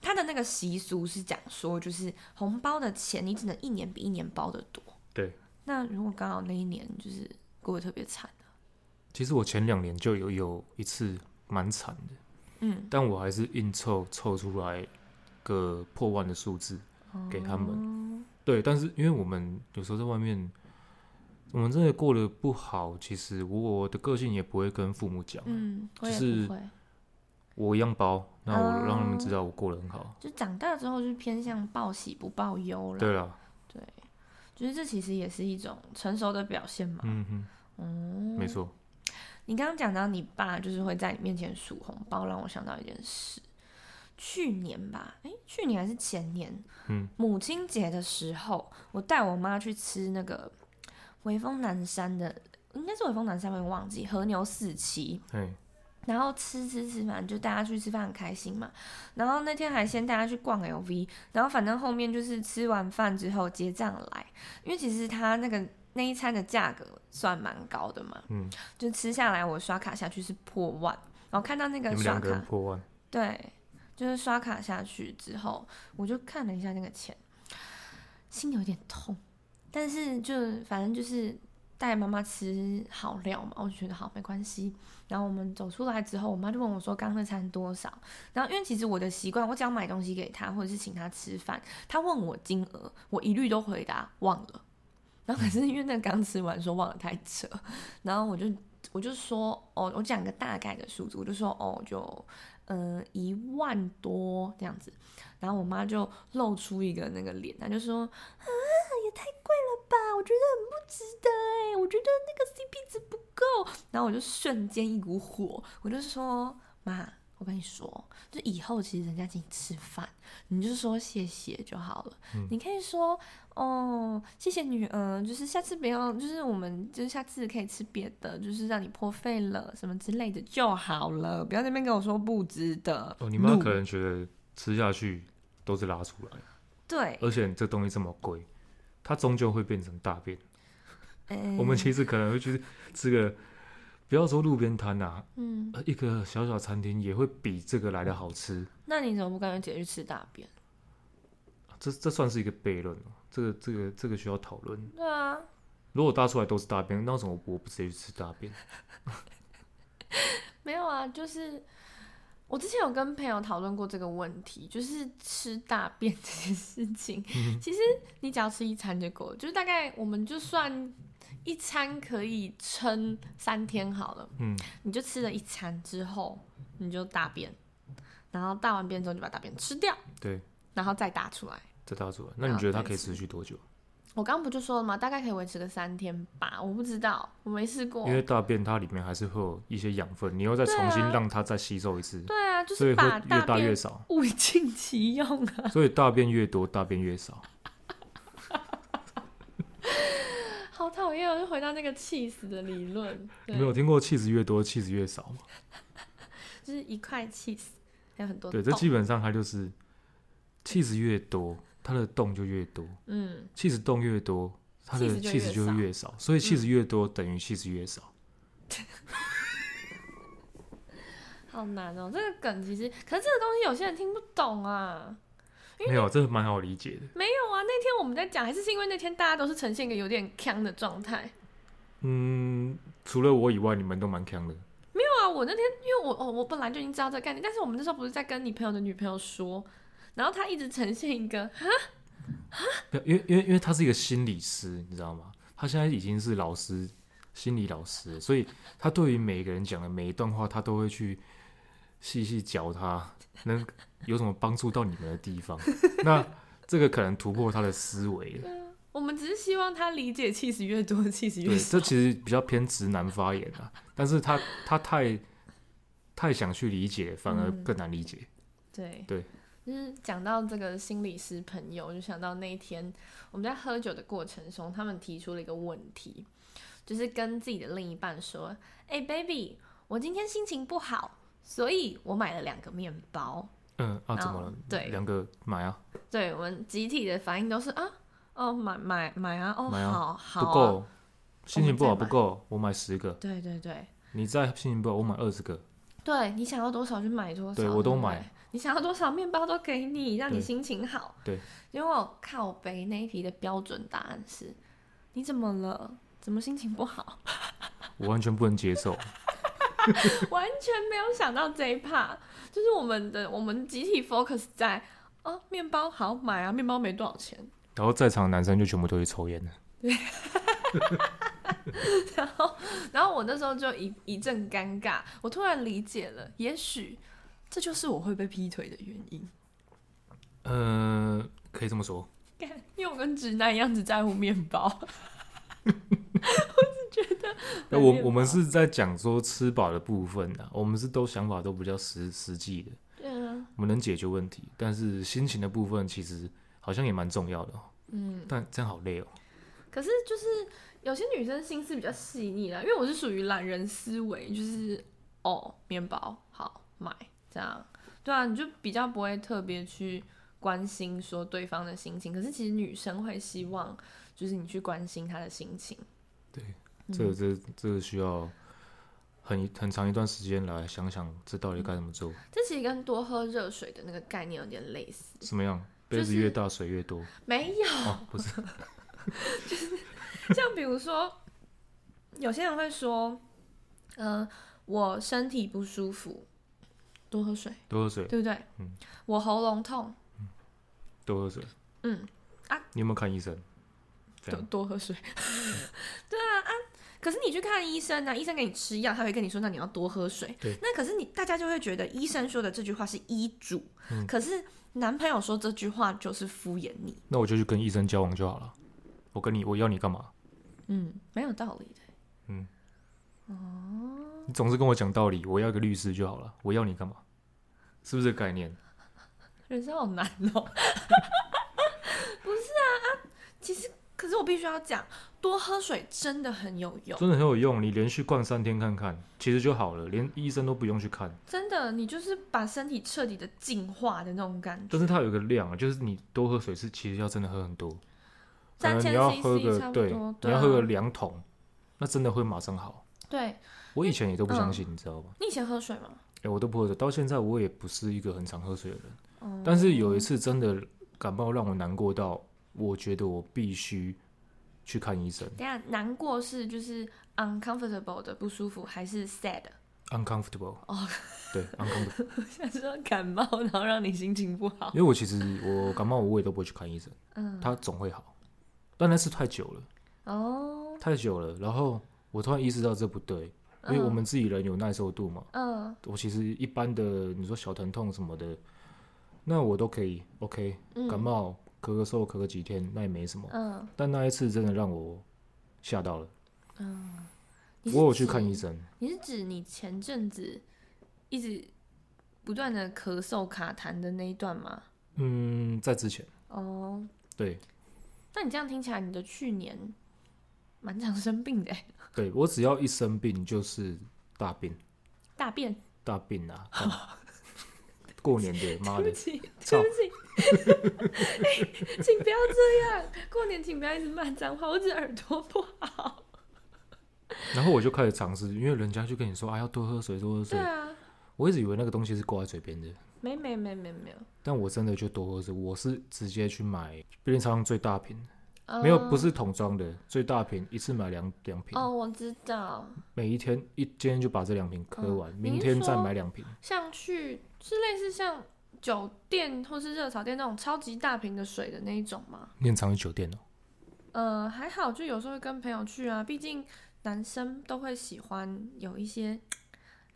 A: 他的那个习俗是讲说，就是红包的钱你只能一年比一年包的多。
B: 对。
A: 那如果刚好那一年就是过得特别惨，
B: 其实我前两年就有有一次蛮惨的，
A: 嗯，
B: 但我还是硬凑凑出来个破万的数字。给他
A: 们，
B: 对，但是因为我们有时候在外面，我们真的过得不好，其实我的个性也不会跟父母讲，
A: 嗯，我也
B: 就是
A: 不会。
B: 我一样包，那我让他们
A: 哦
B: 知道我过得很好。
A: 就长大之后就是偏向报喜不报忧了。
B: 对了，
A: 对，就是这其实也是一种成熟的表现嘛。
B: 嗯哼，
A: 嗯，
B: 没。错，
A: 你刚刚讲到你爸就是会在你面前数红包，让我想到一件事。去年吧，诶，去年还是前年，
B: 嗯，
A: 母亲节的时候，我带我妈去吃那个微风南山的，应该是微风南山，我有点忘记和牛四期，
B: 哎，
A: 然后吃吃吃，反正就大家去吃饭很开心嘛。然后那天还先大家去逛 LV，然后反正后面就是吃完饭之后结账来，因为其实他那个那一餐的价格算蛮高的嘛，
B: 嗯，
A: 就吃下来我刷卡下去是破万，然后看到那
B: 你
A: 个
B: 们
A: 刷
B: 两个
A: 卡
B: 人，破万，
A: 对，就是刷卡下去之后，我就看了一下那个钱，心有点痛，但是就反正就是带妈妈吃好料嘛，我就觉得好没关系。然后我们走出来之后，我妈就问我说：“刚刚那餐多少？”然后因为其实我的习惯，我只要买东西给她或者是请她吃饭，她问我金额，我一律都回答忘了。然后可是因为那刚吃完，说忘了太扯，然后我就我就说哦，我讲个大概的数字，我就说哦就嗯，一万多这样子，然后我妈就露出一个那个脸，她就说啊，也太贵了吧，我觉得很不值得哎，我觉得那个 CP 值不够，然后我就瞬间一股火，我就说妈，我跟你说，就以后其实人家请你吃饭，你就说谢谢就好了，
B: 嗯
A: 你可以说哦，谢谢女儿，就是下次不要，就是我们就是下次可以吃别的，就是让你破费了什么之类的就好了，不要在那边跟我说不值得。
B: 哦，你妈
A: 怒
B: 可能觉得吃下去都是拉出来，
A: 对，
B: 而且这东西这么贵，它终究会变成大便。
A: 嗯
B: 呃我们其实可能会去吃个，不要说路边摊呐，
A: 嗯，
B: 呃一个小小餐厅也会比这个来的好吃。
A: 那你怎么不跟姐去吃大便？
B: 这这算是一个悖论哦，这个这个这个需要讨论。
A: 对啊，
B: 如果搭出来都是大便，那为什么我不直接去吃大便？
A: 没有啊，就是我之前有跟朋友讨论过这个问题，就是吃大便这件事情。 其实你只要吃一餐就够了，就是大概我们就算一餐可以撑三天好了，
B: 嗯，
A: 你就吃了一餐之后，你就大便，然后大完便之后就把大便吃掉，
B: 对，
A: 然后再大出来。
B: 这搭出来，那你
A: 啊
B: 觉得它
A: 对
B: 可以
A: 是
B: 持续多久？
A: 我刚不就说了吗？大概可以维持个三天吧，我不知道，我没试过
B: 因。为大便它里面还是会有一些养分，你又再重新
A: 对啊
B: 让它再吸收一次，
A: 对啊，就
B: 所以
A: 是
B: 会
A: 把
B: 越大
A: 便
B: 越少。
A: 物尽其用啊！
B: 所以大便越多，大便越少。
A: 好讨厌哦，又回到那个气死的理论，
B: 你
A: 对，
B: 们有听过气质越多，气质越少吗？
A: 就是一块气死，还有很多
B: 对，这
A: 洞
B: 基本上它就是气质越多，它的洞就越多，
A: 嗯，
B: 气质洞越多，它的
A: cheese 就
B: 气质就
A: 越
B: 会
A: 少嗯
B: 越少，所以气质越多等于气质越少。
A: 好难哦，这个梗其实，可是这个东西有些人听不懂啊。
B: 没有，这个蛮好理解的。
A: 没有啊，那天我们在讲，还是是因为那天大家都是呈现一个有点呛的状态。
B: 嗯，除了我以外，你们都蛮强的。
A: 对啊，我那天因为我我我本来就已经知道这个概念，但是我们那时候不是在跟你朋友的女朋友说，然后她一直呈现一个
B: 不要因为因为因为他是一个心理师，你知道吗？他现在已经是老师，心理老师了，所以他对于每一个人讲的每一段话，他都会去细细嚼他，能有什么帮助到你们的地方？ 那这个可能突破他的思维了。
A: 我们只是希望她理解气死越多，气死越
B: 对，
A: 少
B: 这。其实比较偏直男发言啊，但是他他太太想去理解，反而更难理解。
A: 对
B: 对，
A: 就是讲到这个心理师朋友，就想到那一天我们在喝酒的过程中，他们提出了一个问题，就是跟自己的另一半说：“哎、b a b y 我今天心情不好，所以我买了两个面包。
B: 嗯啊，
A: 然
B: 怎么
A: 后
B: 了？
A: 对
B: 两个买啊，
A: 对”我们集体的反应都是啊，哦，买买买啊，哦，
B: 买啊
A: 好好、
B: 不。够，心情不好
A: 我们再
B: 不
A: 买
B: 够，我买十个。
A: 对对对
B: 你再心情不好，我买二十个。
A: 对，你想要多少就买多少，
B: 对我都
A: 不
B: 买。
A: 你想要多少面包都给你，让你
B: 对
A: 心情好。
B: 对，
A: 结果靠北那一题的标准答案是：你怎么了？怎么心情不好？
B: 我完全不能接受。
A: 完全没有想到这一 part，就是我们的我们集体 focus 在哦，面包好买啊，面包没多少钱。
B: 然后在场男生就全部都去抽烟了。
A: 然后，然后我那时候就一一阵尴尬，我突然理解了，也许这就是我会被劈腿的原因。
B: 呃，可以这么说。
A: 干因为我跟直男一样只在乎面包，我只觉得
B: 那
A: 买
B: 我
A: 面包
B: 我们是在讲说吃饱的部分啊，我们是都想法都比较实实际的，
A: 对啊，
B: 我们能解决问题，但是心情的部分其实好像也蛮重要的、哦。
A: 嗯，
B: 但这样好累哦。
A: 可是就是有些女生心思比较细腻啦，因为我是属于懒人思维，就是哦，面包好买这样，对啊，你就比较不会特别去关心说对方的心情。可是其实女生会希望就是你去关心她的心情，
B: 对，
A: 嗯
B: 这个这这个需要很很长一段时间来想想这到底该怎么做，
A: 这其实跟多喝热水的那个概念有点类似，
B: 什么样杯
A: 就
B: 子
A: 是
B: 越大水越多
A: 没有。
B: 哦，不是
A: 像比如说，有些人会说，嗯、我身体不舒服，多喝水，
B: 多喝水，
A: 对不对？
B: 嗯
A: 我喉咙痛，
B: 多喝水。
A: 嗯，
B: 你有没有看医生？这
A: 多
B: 样嗯
A: 多喝水。 对啊啊！可是你去看医生呢、啊医生给你吃药，他会跟你说，那你要多喝水
B: 对。
A: 那可是你大家就会觉得医生说的这句话是医嘱，
B: 嗯
A: 可是男朋友说这句话就是敷衍你，
B: 那我就去跟医生交往就好了。我跟你，我要你干嘛？嗯
A: 嗯，没有道理的。哦
B: 你总是跟我讲道理，我要一个律师就好了。我要你干嘛？是不是这个概念？
A: 人生好难哦、 不是啊啊，其实可是我必须要讲，多喝水真的很有用，
B: 真的很有用，你连续灌三天看看，其实就好了，连医生都不用去看。
A: 真的，你就是把身体彻底的净化的那种感觉
B: 但。是它有一个量啊，就是你多喝水是其实要真的喝很多，可
A: 三
B: 能
A: 千
B: 你要喝
A: CC
B: 个
A: 差不
B: 对，
A: 多，
B: 你
A: 对
B: 要
A: 啊
B: 喝个两桶，那真的会马上好。
A: 对
B: 我以前也都不
A: 嗯
B: 相信，你知道吧？
A: 你以前喝水吗？
B: 哎、我都不喝水，到现在我也不是一个很常喝水的人。
A: 哦
B: 但是有一次真的感冒让我难过到，我觉得我必须去看医生
A: 哦等一下难过是就是 uncomfortable 的不舒服，还是 sad？
B: ，uncomfortable。
A: 哦，
B: 对，uncomfortable。
A: 像是说感冒，然后让你心情不好。
B: 因为我其实我感冒我也都不会去看医生，
A: 嗯，
B: 它总会好。但那次太久了，
A: 哦，
B: 太久了。然后我突然意识到这不对，因为我们自己人有耐受度嘛。
A: 嗯
B: 我其实一般的你说小疼痛什么的，那我都可以 OK。
A: 嗯
B: 感冒咳咳嗽咳个几天那也没什么。
A: 嗯
B: 但那一次真的让我吓到了，
A: 嗯，你是
B: 我有去看
A: 指
B: 医生。
A: 你是指你前阵子一直不断的咳嗽卡痰的那一段吗？
B: 嗯，在之前，
A: 哦，
B: 对
A: 那你这样听起来，你的去年蛮常生病的欸，
B: 对，我只要一生病就是大病，
A: 大便。
B: 大病啊！干 过年的，妈
A: 对
B: 的
A: 不，起，
B: 操
A: 对不起， 哎请不要这样。过年请不要一直骂脏话，我只是耳朵不好。
B: 然后我就开始尝试，因为人家就跟你说啊，要多喝水，多喝水
A: 对。啊，
B: 我一直以为那个东西是挂在嘴边的，
A: 没没没没没有，
B: 但我真的就多喝水。我是直接去买便利超商最大瓶，
A: 呃
B: 没有不是桶装的，最大瓶一次买两两瓶，
A: 哦，我知道，
B: 每一天一今天就把这两瓶喝完，
A: 嗯
B: 明
A: 您
B: 天再
A: 说
B: 买两瓶。
A: 像去是类似像酒店或是热炒店那种超级大瓶的水的那一种吗？
B: 你很常去酒店哦，
A: 呃，还好，就有时候会跟朋友去啊，毕竟男生都会喜欢有一些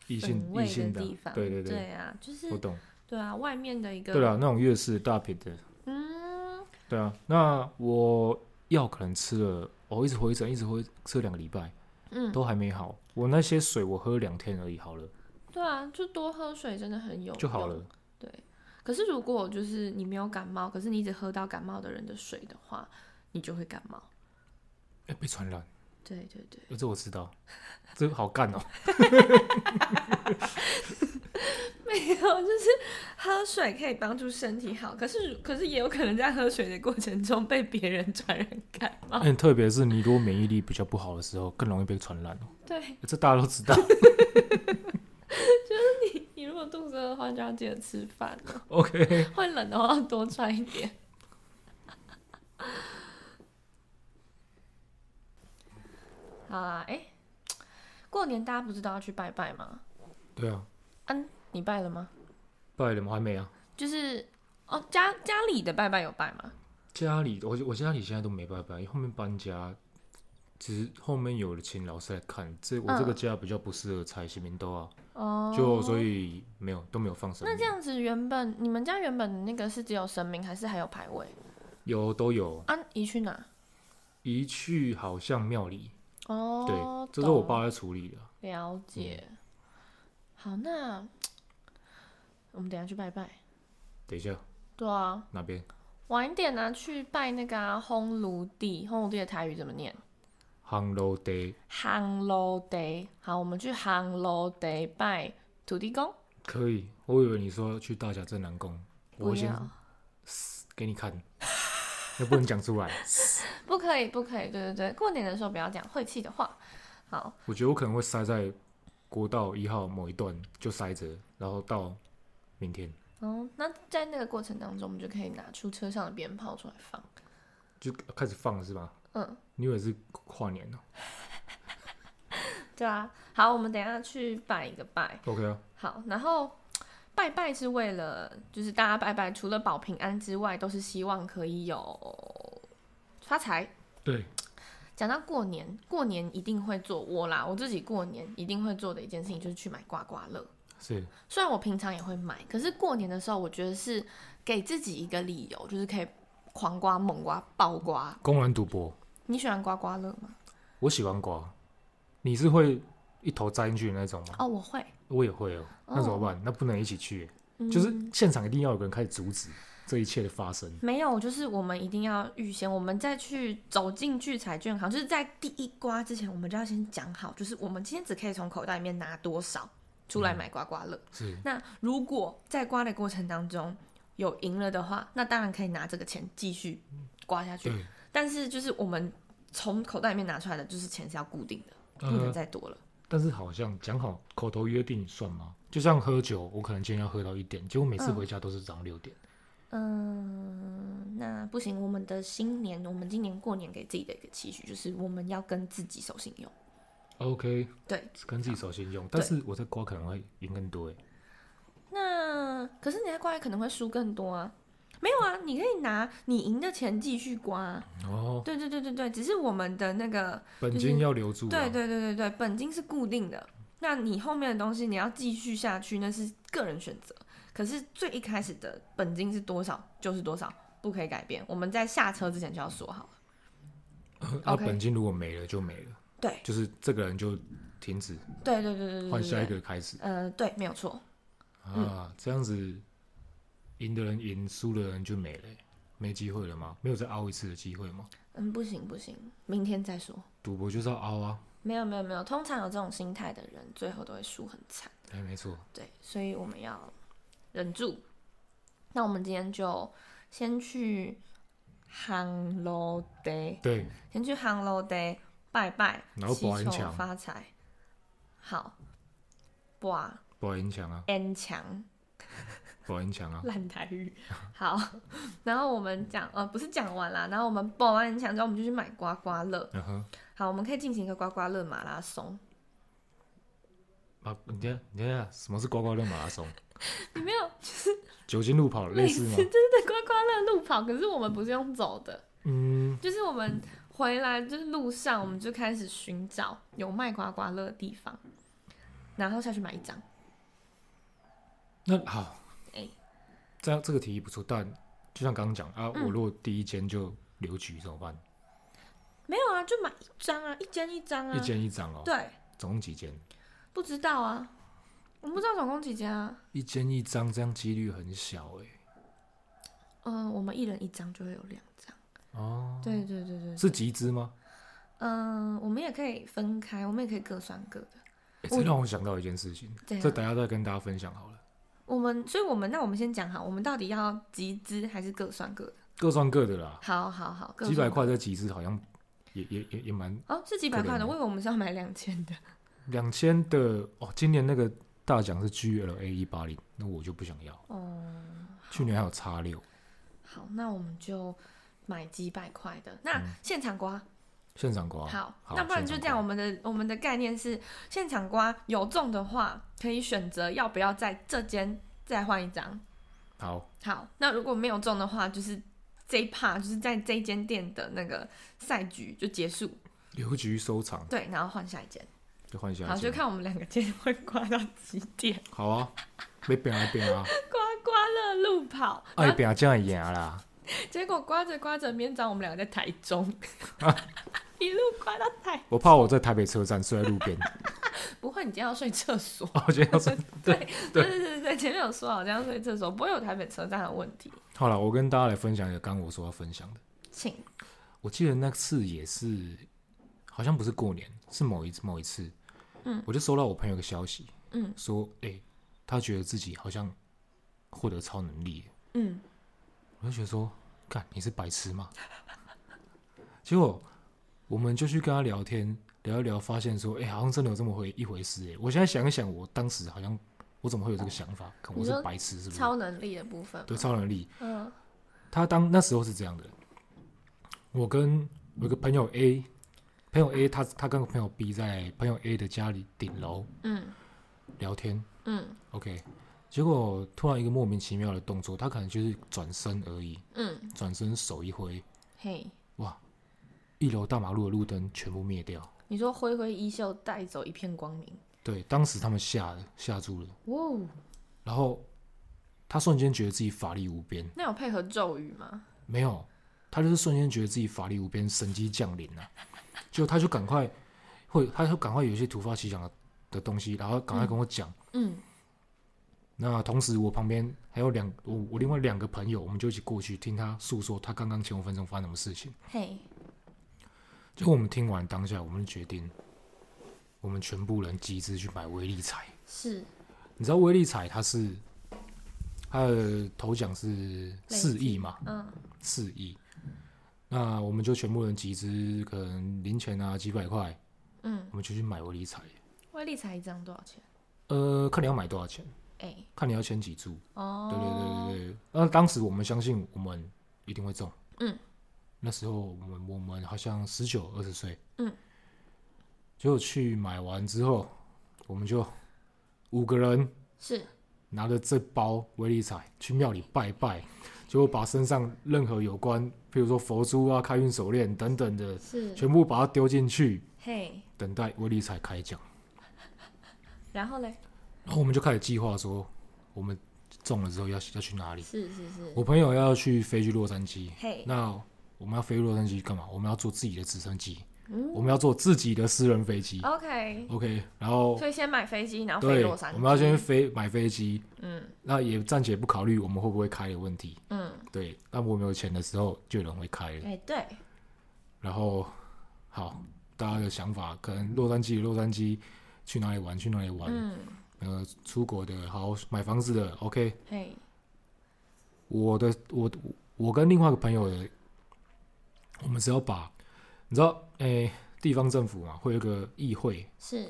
B: 异
A: 粉
B: 性
A: 味
B: 异性
A: 的地方，
B: 对对
A: 对，
B: 对，
A: 啊，就是
B: 我懂。
A: 对啊，外面的一个，
B: 对啦，那种粤式大瓶的，
A: 嗯，
B: 对啊，那我药可能吃了，哦我、一直回诊，一直回吃两个礼拜，
A: 嗯
B: 都还没好。我那些水我喝两天而已，好了
A: 对啊，就多喝水真的很有
B: 就好
A: 用
B: 了。。
A: 对，可是如果就是你没有感冒，可是你一直喝到感冒的人的水的话，你就会感冒。
B: 哎、被传染，
A: 对对对，
B: 这我知道，这好干哦、
A: 没有，就是喝水可以帮助身体好，可是可是也有可能在喝水的过程中被别人传染感 冒。
B: 嗯， 特别是你如果免疫力比较不好的时 候，更容易被传染哦、
A: 对，
B: 这大家都知道。
A: 你如果肚子饿的话，就要记得吃饭了。
B: OK，
A: 会冷的话，要多穿一点。 好啦，哎、过年大家不是都要去拜拜吗？
B: 对啊，
A: 你拜了吗？
B: 拜了吗？还没啊。
A: 就是哦，家家里的拜拜有拜吗？
B: 家里，我我家里现在都没拜拜，因为后面搬家，其实后面有了请老师来看，这我这个
A: 嗯
B: 家比较不适合拆新民豆啊，
A: 哦，
B: 就所以没有都没有放生。
A: 那这样子，原本你们家原本的那个是只有神明，还是还有牌位？
B: 有都有，
A: 啊，移去哪？
B: 一去好像庙里，
A: 哦，
B: 这是我
A: 懂
B: 爸嗯在处理的。
A: 了解。好，那我们等一下去拜拜。
B: 等一下
A: 对啊，
B: 哪边？
A: 晚一点呢、去拜那个啊烘炉地。烘炉地的台语怎么念？
B: 杭州 day
A: 烘炉地。好，我们去烘炉地拜土地公。
B: 可以，我以为你说去大甲镇南宫，我
A: 不
B: 先
A: 要，
B: 给你看，那不能讲出来。
A: 不可以，不可以。对对对，过年的时候不要讲晦气的话。好，
B: 我觉得我可能会塞在国道一号某一段就塞着，然后到明天。
A: 哦，那在那个过程当中，我们就可以拿出车上的鞭炮出来放。
B: 就开始放是吧？
A: 嗯，
B: 你以为是跨年哦呢、
A: 对啊。好，我们等一下去拜一个拜。
B: OK 啊，
A: 好，然后拜拜是为了，就是大家拜拜，除了保平安之外，都是希望可以有发财。
B: 对，
A: 讲到过年，过年一定会做我啦，我自己过年一定会做的一件事情就是去买刮刮乐。
B: 是
A: 虽然我平常也会买，可是过年的时候，我觉得是给自己一个理由，就是可以狂刮、猛刮、爆刮。
B: 公然赌博。
A: 你喜欢刮刮乐吗？
B: 我喜欢刮，你是会一头栽进去的那种吗？
A: 哦，我会，
B: 我也会哦，那怎么
A: 哦
B: 办？那不能一起去耶，就是
A: 嗯
B: 现场一定要有个人开始阻止这一切的发生。
A: 没有，就是我们一定要预先，我们再去走进去彩券行，就是在第一刮之前，我们就要先讲好，就是我们今天只可以从口袋里面拿多少出
B: 嗯
A: 来买刮刮乐。
B: 是
A: 那如果在刮的过程当中有赢了的话，那当然可以拿这个钱继续刮下去。
B: 对，
A: 但是就是我们从口袋里面拿出来的，就是钱是要固定的，不能
B: 呃，
A: 再多了。
B: 但是好像讲好口头约定算吗？就像喝酒，我可能今天要喝到一点，结果每次
A: 嗯
B: 回家都是早上六点。
A: 嗯，那不行，我们的新年，我们今年过年给自己的一个期许，就是我们要跟自己守信用。嗯
B: OK，
A: 对，
B: 跟自己手心用，但是我在刮可能会赢更多哎。
A: 那可是你在刮也可能会输更多啊。没有啊，你可以拿你赢的钱继续刮啊。
B: 哦，
A: 对对对对对，只是我们的那个，
B: 本
A: 就是
B: 金要留住啊。
A: 对对对对对，本金是固定的。那你后面的东西你要继续下去，那是个人选择。可是最一开始的本金是多少就是多少，不可以改变。我们在下车之前就要说好。
B: 那
A: OK
B: 啊本金如果没了就没了，
A: 对
B: 就是这个人就停止，
A: 对对对对对，
B: 换下一
A: 对。
B: 个开始
A: 呃，对，没有错。
B: 啊，这样子赢的人赢，输的人就没了欸，没机会了吗？没有再凹一次的机会吗？
A: 嗯，不行不行，明天再说。
B: 赌博就是要凹啊，
A: 没有没有没有，通常有这种心态的人，最后都会输很惨。
B: 哎，没错，
A: 对，所以我们要忍住。那我们今天就先去杭楼 day，
B: 对，
A: 先去杭楼 day 拜拜，
B: 然后
A: 祈
B: 保安
A: 求
B: 墙
A: 发财。好，哇
B: 保赢强啊，
A: ，N 强
B: 保赢强啊，
A: 烂台语。好，然后我们讲呃不是讲完啦，然后我们保完 N 强之后，我们就去买刮刮乐。
B: 嗯哼，
A: 好，我们可以进行一个刮刮乐马拉松。
B: 啊，你看，你看，什么是刮刮乐马拉松？
A: 你没有
B: 酒精路跑类似吗？
A: 对刮刮乐路跑，可是我们不是用走的。
B: 嗯，
A: 就是我们回来就是路上，我们就开始寻找有卖刮刮乐的地方，然后下去买一张。
B: 那好，
A: 哎
B: 这样这个提议不错，但就像刚刚讲啊，
A: 嗯
B: 我如果第一间就留局怎么办？
A: 没有啊，就买一张啊，一间一张啊。
B: 一间一张哦，
A: 对，
B: 总共几间？
A: 不知道啊，我们不知道总共几间啊。
B: 一间一张，这样几率很小哎、
A: 嗯、我们一人一张就会有两张。
B: 哦，
A: 对对对对，
B: 是集资吗？
A: 嗯、我们也可以分开，我们也可以各算各的。啊
B: 欸这
A: 我
B: 让我想到一件事情，
A: 怎样
B: 这等一下再跟大家分享好了。
A: 我们，所以我们那我们先讲好，我们到底要集资还是各算各的？
B: 各算各的啦，
A: 好好好，各
B: 几百
A: 算
B: 块再集资好像也也也也蛮
A: 哦，是几百块
B: 可
A: 的，
B: 怜
A: 我以为我们是要买两千的。
B: 两千的哦。今年那个大奖是 GLA 一八零，那我就不想要。
A: 哦，
B: 去年还有叉六，
A: 好，那我们就买几百块的。那现场刮、
B: 现场刮。
A: 好，
B: 嗯哦好
A: 那不然就
B: 现
A: 这样。
B: 场刮
A: 我们的我们的概念是，现场刮有中的话，可以选择要不要在这间再换一张。
B: 好，
A: 好，那如果没有中的话，就是这一趴就是在这一间店的那个赛局就结束，
B: 邮局收藏
A: 对，然后换下一间。
B: 就换下一
A: 好，就
B: 件
A: 看我们两个今天会刮到几点，
B: 好啊，没变啊变 啊，
A: 刮刮乐路跑，
B: 爱变这样赢啦。
A: 结果刮着刮着，明天早上我们两个在台中， 一路刮到台，
B: 我怕我在台北车站睡在路边，
A: 不会，你今天要睡厕所。
B: 哦我觉得要是
A: 对对对对，前面有说好，这样睡厕所不会有台北车站的问题，
B: 好了，我跟大家来分享一个刚刚我说要分享的。
A: 请。
B: 我记得那次也是，好像不是过年，是某一次某一次，
A: 嗯，
B: 我就收到我朋友一个消息，
A: 嗯，
B: 说，哎、他觉得自己好像获得超能力了，
A: 嗯，
B: 我就觉得说，干，你是白痴吗？ 结果我们就去跟他聊天，聊一聊，发现说，哎、好像真的有这么回一回事、哎，我现在想一想，我当时好像我怎么会有这个想法？看我
A: 你
B: 是
A: 说
B: 白痴是不是？
A: 超能力的部分，
B: 对，超能力，
A: 嗯
B: 他当那时候是这样的，我跟我有个朋友 A，朋友 A 他他跟朋友 B 在朋友 A 的家里顶楼
A: 嗯
B: 聊天
A: 嗯
B: ，OK，结果突然一个莫名其妙的动作，他可能就是转身而已，
A: 嗯，
B: 转身手一挥，
A: 嘿，
B: 哇，一楼大马路的路灯全部灭掉，
A: 你说挥挥衣袖带走一片光明，
B: 对，当时他们吓了吓住了，
A: 哇哦，
B: 然后他瞬间觉得自己法力无边，
A: 那有配合咒语吗？
B: 没有，他就是瞬间觉得自己法力无边，神机降临了、 就他就赶快会，他就赶快有一些突发奇想的的东西，然后赶快跟我讲。
A: 嗯
B: 那同时我旁边还有两我我另外两个朋友，我们就一起过去听他诉说他刚刚前五分钟发生什么事情。
A: 嘿，
B: 就我们听完当下，我们就决定，我们全部人集资去买威力彩。
A: 是
B: 你知道威力彩它是它的头奖是四亿嘛？
A: 嗯
B: 四亿，那我们就全部人集资，可能零钱啊几百块，
A: 嗯，
B: 我们就去买威力彩。
A: 威力彩一张多少钱？
B: 呃，看你要买多少钱，
A: 哎、
B: 看你要签几注。对对
A: 哦，
B: 对对对。那当时我们相信我们一定会中。
A: 嗯。
B: 那时候我们我们好像十九二十岁。
A: 嗯。
B: 结果去买完之后，我们就五个人
A: 是
B: 拿着这包威力彩去庙里拜拜，结果把身上任何有关，比如说佛珠啊、开运手链等等的
A: 是，
B: 全部把它丢进去，
A: 嘿，
B: 等待威力彩开奖。
A: 然后嘞，
B: 然后我们就开始计划说，我们中了之后要要去哪里。
A: 是是是，
B: 我朋友要去飞去洛杉矶，
A: 嘿，
B: 哎那我们要飞去洛杉矶干嘛？我们要坐自己的直升机，
A: 嗯哦
B: 我们要坐自己的私人飞机。
A: ，OK，
B: OK，然后
A: 所以先买飞机，然后啊飞
B: 哦对，
A: 洛杉矶，
B: 我们要先飞买飞机，
A: 嗯
B: 那也暂且不考虑我们会不会开的问题。
A: 嗯，
B: 对，那我没有钱的时候，就有人会开了。
A: 哎、对，
B: 然后，好，大家的想法，可能洛杉矶，洛杉矶去哪里玩，去哪里玩，
A: 嗯，
B: 呃，出国的，好，买房子的，OK。
A: 嘿，
B: 我的，我我跟另外一个朋友的，我们只要把，你知道，诶、地方政府嘛，会有一个议会，
A: 是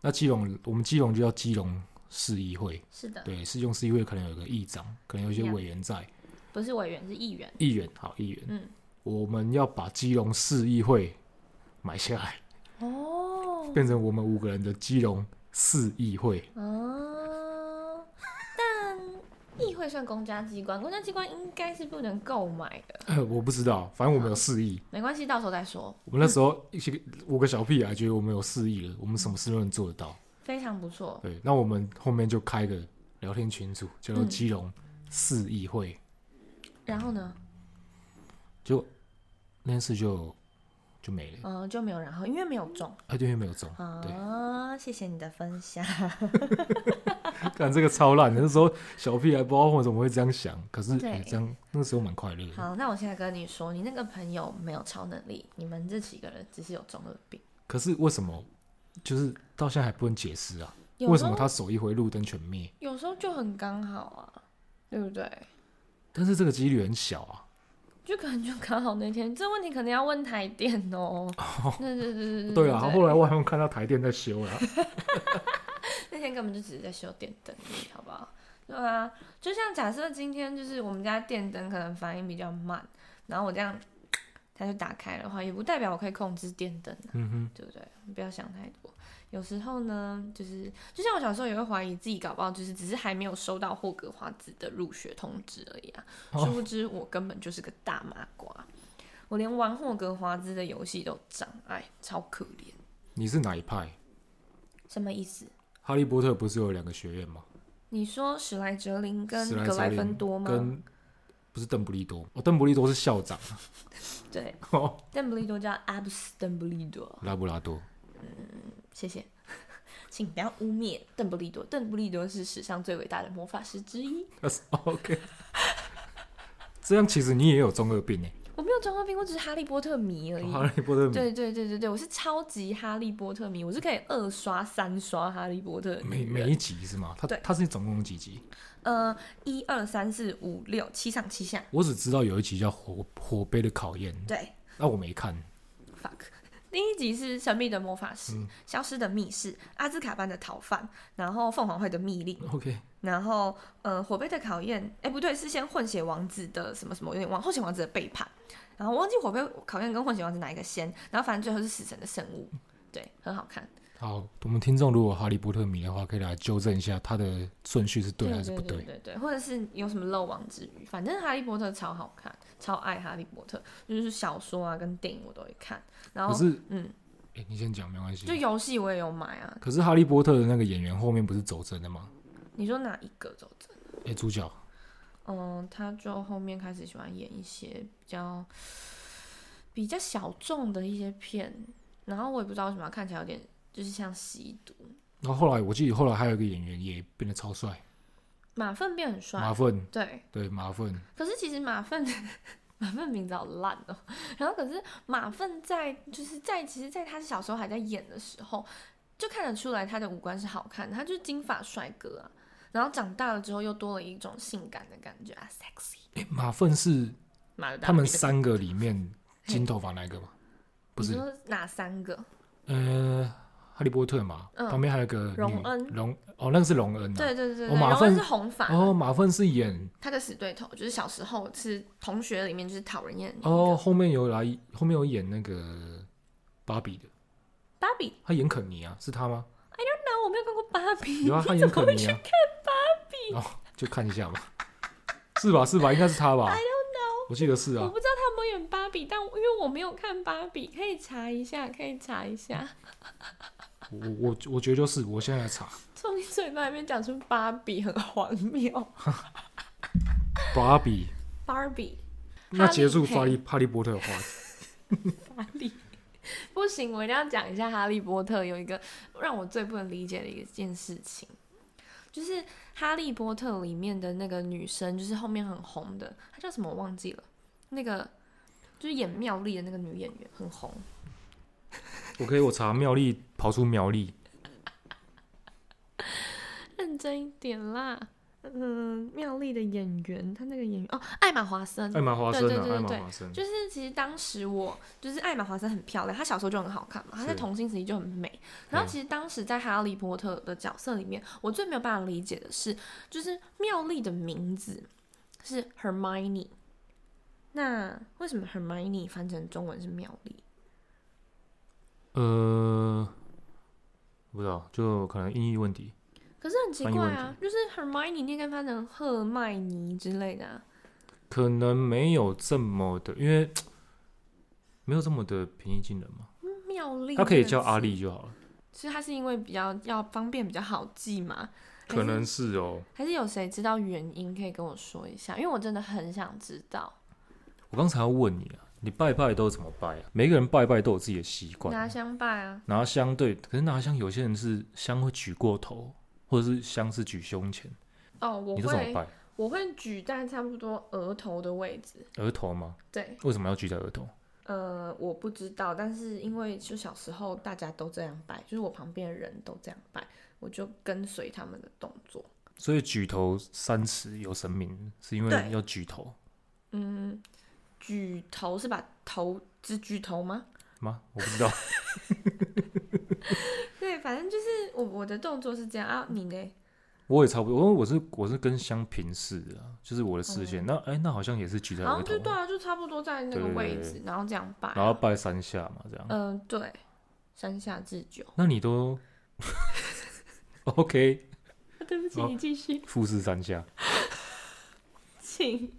B: 那基隆，我们基隆就叫基隆市议会，
A: 是的，
B: 对，市中市议会可能有个议长，可能有一些
A: 一样
B: 委员在，
A: 不是委员是议员，
B: 议员，好，议员，
A: 嗯，
B: 我们要把基隆市议会买下来，
A: 哦，
B: 变成我们五个人的基隆市议会，
A: 啊，但议会算公家机关，公家机关应该是不能购买的，
B: 呃我不知道，反正我们有四亿。
A: 没关系，到时候再说，
B: 我们那时候一些五个小屁孩觉得我们有四亿了，我们什么事都能做得到。
A: 非常不错，
B: 对，那我们后面就开个聊天群组，叫做
A: 嗯
B: 基隆市议会，
A: 然后呢，
B: 就那件事就就没了，
A: 嗯、就没有然后，因为没有中
B: 哎，对面没有中。对，
A: 啊，谢谢你的分享，
B: 看这个超烂的，那时候小屁孩不知道为什么会这样想，可是
A: 对
B: 哎、这样那时候蛮快乐的。
A: 好，那我现在跟你说，你那个朋友没有超能力，你们这几个人只是有中二病。
B: 可是为什么就是到现在还不能解释啊？
A: 有
B: 为
A: 时
B: 什么
A: 候
B: 他手一挥路灯全灭？
A: 有时候就很刚好啊，对不对？
B: 但是这个几率很小啊。
A: 就可能就刚好那天，这问题可能要问台电哦。对对对对对
B: 对啊，
A: 对
B: 啊后来我好像看到台电在修了，
A: 那天根本就只是在修电灯而已，好不好？对啊，就像假设今天就是我们家电灯可能反应比较慢，然后我这样它就打开的话，也不代表我可以控制电灯啊，
B: 嗯哼，
A: 对不对？不要想太多。有时候呢，就是就像我小时候也会怀疑自己搞不好就是只是还没有收到霍格华兹的入学通知而已啊，
B: 哦
A: 殊不知我根本就是个大麻瓜，我连玩霍格华兹的游戏都有障碍，超可怜。
B: 你是哪一派？
A: 什么意思？
B: 哈利波特不是有两个学院吗？
A: 你说史莱哲林跟
B: 史莱
A: 格
B: 哲
A: 莱
B: 林
A: 芬多吗？
B: 跟不是邓布利多，哦，邓布利多是校长，
A: 对，
B: 哦，
A: 邓布利多叫阿布斯邓布利多，
B: 拉布拉多。
A: 谢谢， 请不要污蔑邓布利多。邓布利多是史上最伟大的魔法师之一。
B: 那是哦 OK，这样其实你也有中二病哎，
A: 我没有装过病，我只是哈利波特迷而已。
B: 哈利波特迷
A: 对对对对对，我是超级哈利波特迷，我是可以二刷三刷哈利波特的
B: 每
A: 女
B: 每
A: 人。
B: 一集是吗？它
A: 对
B: 它是总共几集？
A: 呃，一二三四五六七上七下，
B: 我只知道有一集叫《火火杯的考验》，
A: 对
B: 那我没看。
A: ，fuck。第一集是神秘的魔法师、消失的密室、阿兹卡班的逃犯，然后凤凰会的密令，
B: OK，
A: 然后呃，火杯的考验，哎、不对，是先混血王子的什么什么，有点忘，混血王子的背叛，然后我忘记火杯考验跟混血王子哪一个先，然后反正最后是死神的圣物，对，很好看，
B: 好，我们听众如果哈利波特迷的话，可以来纠正一下它的顺序是对还是不
A: 对对对，或者是有什么漏网之鱼，反正哈利波特超好看，超爱哈利波特，就是小说啊跟电影我都会看，然
B: 可
A: 后
B: 是，
A: 嗯，
B: 哎，你先讲没关系
A: 就。游戏我也有买啊，
B: 可是哈利波特的那个演员后面不是走真的吗？
A: 你说哪一个走着？
B: 哎，主角
A: 嗯，他就后面开始喜欢演一些比较比较小众的一些片，然后我也不知道为什么看起来有点就是像吸毒。
B: 然后后来我记得后来还有一个演员也变得超帅，
A: 马粪变很
B: 马
A: 帅，
B: 粪，
A: 对，
B: 对马粪，
A: 可是其实马粪 马粪名字好烂哦。然后可是马粪在就是在其实，在他小时候还在演的时候，就看得出来他的五官是好看的，他就是金发帅哥啊。然后长大了之后又多了一种性感的感觉啊，sexy。
B: 哎，马粪是
A: 马的大
B: 他们
A: 屁股
B: 三个里面金头发那一个吗？不
A: 你
B: 是，
A: 说哪三个？
B: 呃，哈利波特嘛，
A: 嗯
B: 旁边还有一个女
A: 荣恩
B: 荣哦，那个是荣恩啊。
A: 对对对
B: 哦
A: 对，
B: 马
A: 然后
B: 粪
A: 是红发的，
B: 哦，马粪是演
A: 他的死对头就是小时候是同学里面就是讨人厌的那个
B: 哦，，后面有来，后面有演那个芭比的，
A: 芭比。
B: 他演肯尼啊，是他吗？
A: 那我没有看过芭比，
B: 有啊，他
A: 你怎
B: 演
A: 么会
B: 肯尼
A: 去
B: 啊。然后哦就看一下吧，是吧？是吧？应该是他吧
A: I don't
B: 我记得是
A: 我
B: 啊
A: 不。知道他有没有演芭比，但因为我没有看芭比，可以查一下，可以查一下。
B: 我我我觉得就是，我现在来查
A: 从你嘴巴里面讲出芭比很荒谬。
B: 芭比。
A: 芭比，
B: 那结束
A: 哈
B: 哈
A: 利
B: 利哈利波特的话题，
A: 芭比， 不行，我一定要讲一下《哈利波特》有一个让我最不能理解的一件事情，就是《哈利波特》里面的那个女生，就是后面很红的，她叫什么我忘记了，那个就是演妙丽的那个女演员很红，
B: 我可以我查妙丽跑出苗
A: 嗯
B: 栗，
A: 认真一点啦。嗯，妙丽的演员，她那个演员哦，艾玛华森，
B: 艾玛华森
A: 对
B: 啊
A: 对，对
B: 艾玛
A: 对
B: 华森。
A: 就是其实当时我就是艾玛华森很漂亮，她小时候就很好看嘛，她在
B: 是嗯
A: 童星时期就很美。然后其实当时在哈利波特的角色里面，我最没有办法理解的是，就是妙丽的名字是 Hermione，那为什么 Hermione 翻成中文是妙丽？
B: 呃，不知道，就可能音译问题。
A: 可是很奇
B: 翻译
A: 怪
B: 问
A: 啊，就是 Hermione 应该翻成赫麦尼之类的、啊。
B: 可能没有这么的，因为没有这么的平易近人嘛。
A: 妙丽，
B: 他可以叫阿，丽就好了，
A: 其实她是因为比较要方便比较好记嘛，还
B: 可
A: 是
B: 能是哦。
A: 还是有谁知道原因可以跟我说一下？因为我真的很想知道。
B: 我刚才要问你啊，你拜拜都怎么拜啊？每个人拜拜都有自己的习
A: 拿
B: 惯。
A: 香拜啊，
B: 拿香对，可是拿香有些人是香会举过头，或者是香是举胸前，
A: 哦，我
B: 你都怎么
A: 会
B: 拜？
A: 我会举在差不多额头的位置。
B: 额头吗？
A: 对，
B: 为什么要举在额头？
A: 呃，我不知道，但是因为就小时候大家都这样拜，就是我旁边的人都这样拜，我就跟随他们的动作。
B: 所以举头三尺有神明，是因为
A: 对
B: 要举头
A: 嗯，举头是把头只举头吗？
B: 吗？我不知道。
A: 对，对，反正就是我我的动作是这样啊，你嘞？
B: 我也差不多，因为我是我是跟香平视的啊，就是我的视线。那哎、那好像也是举在
A: 哦好
B: 额
A: 像就
B: 头
A: 对
B: 嘛，
A: 啊，就差不多在那个
B: 对
A: 位
B: 对
A: 置，然后这样摆啊。
B: 然后拜三下嘛，这样。
A: 嗯、对，山下智久。
B: 那你都 OK，
A: 啊对不起，
B: 好
A: 你继续，
B: 复试三下，
A: 请。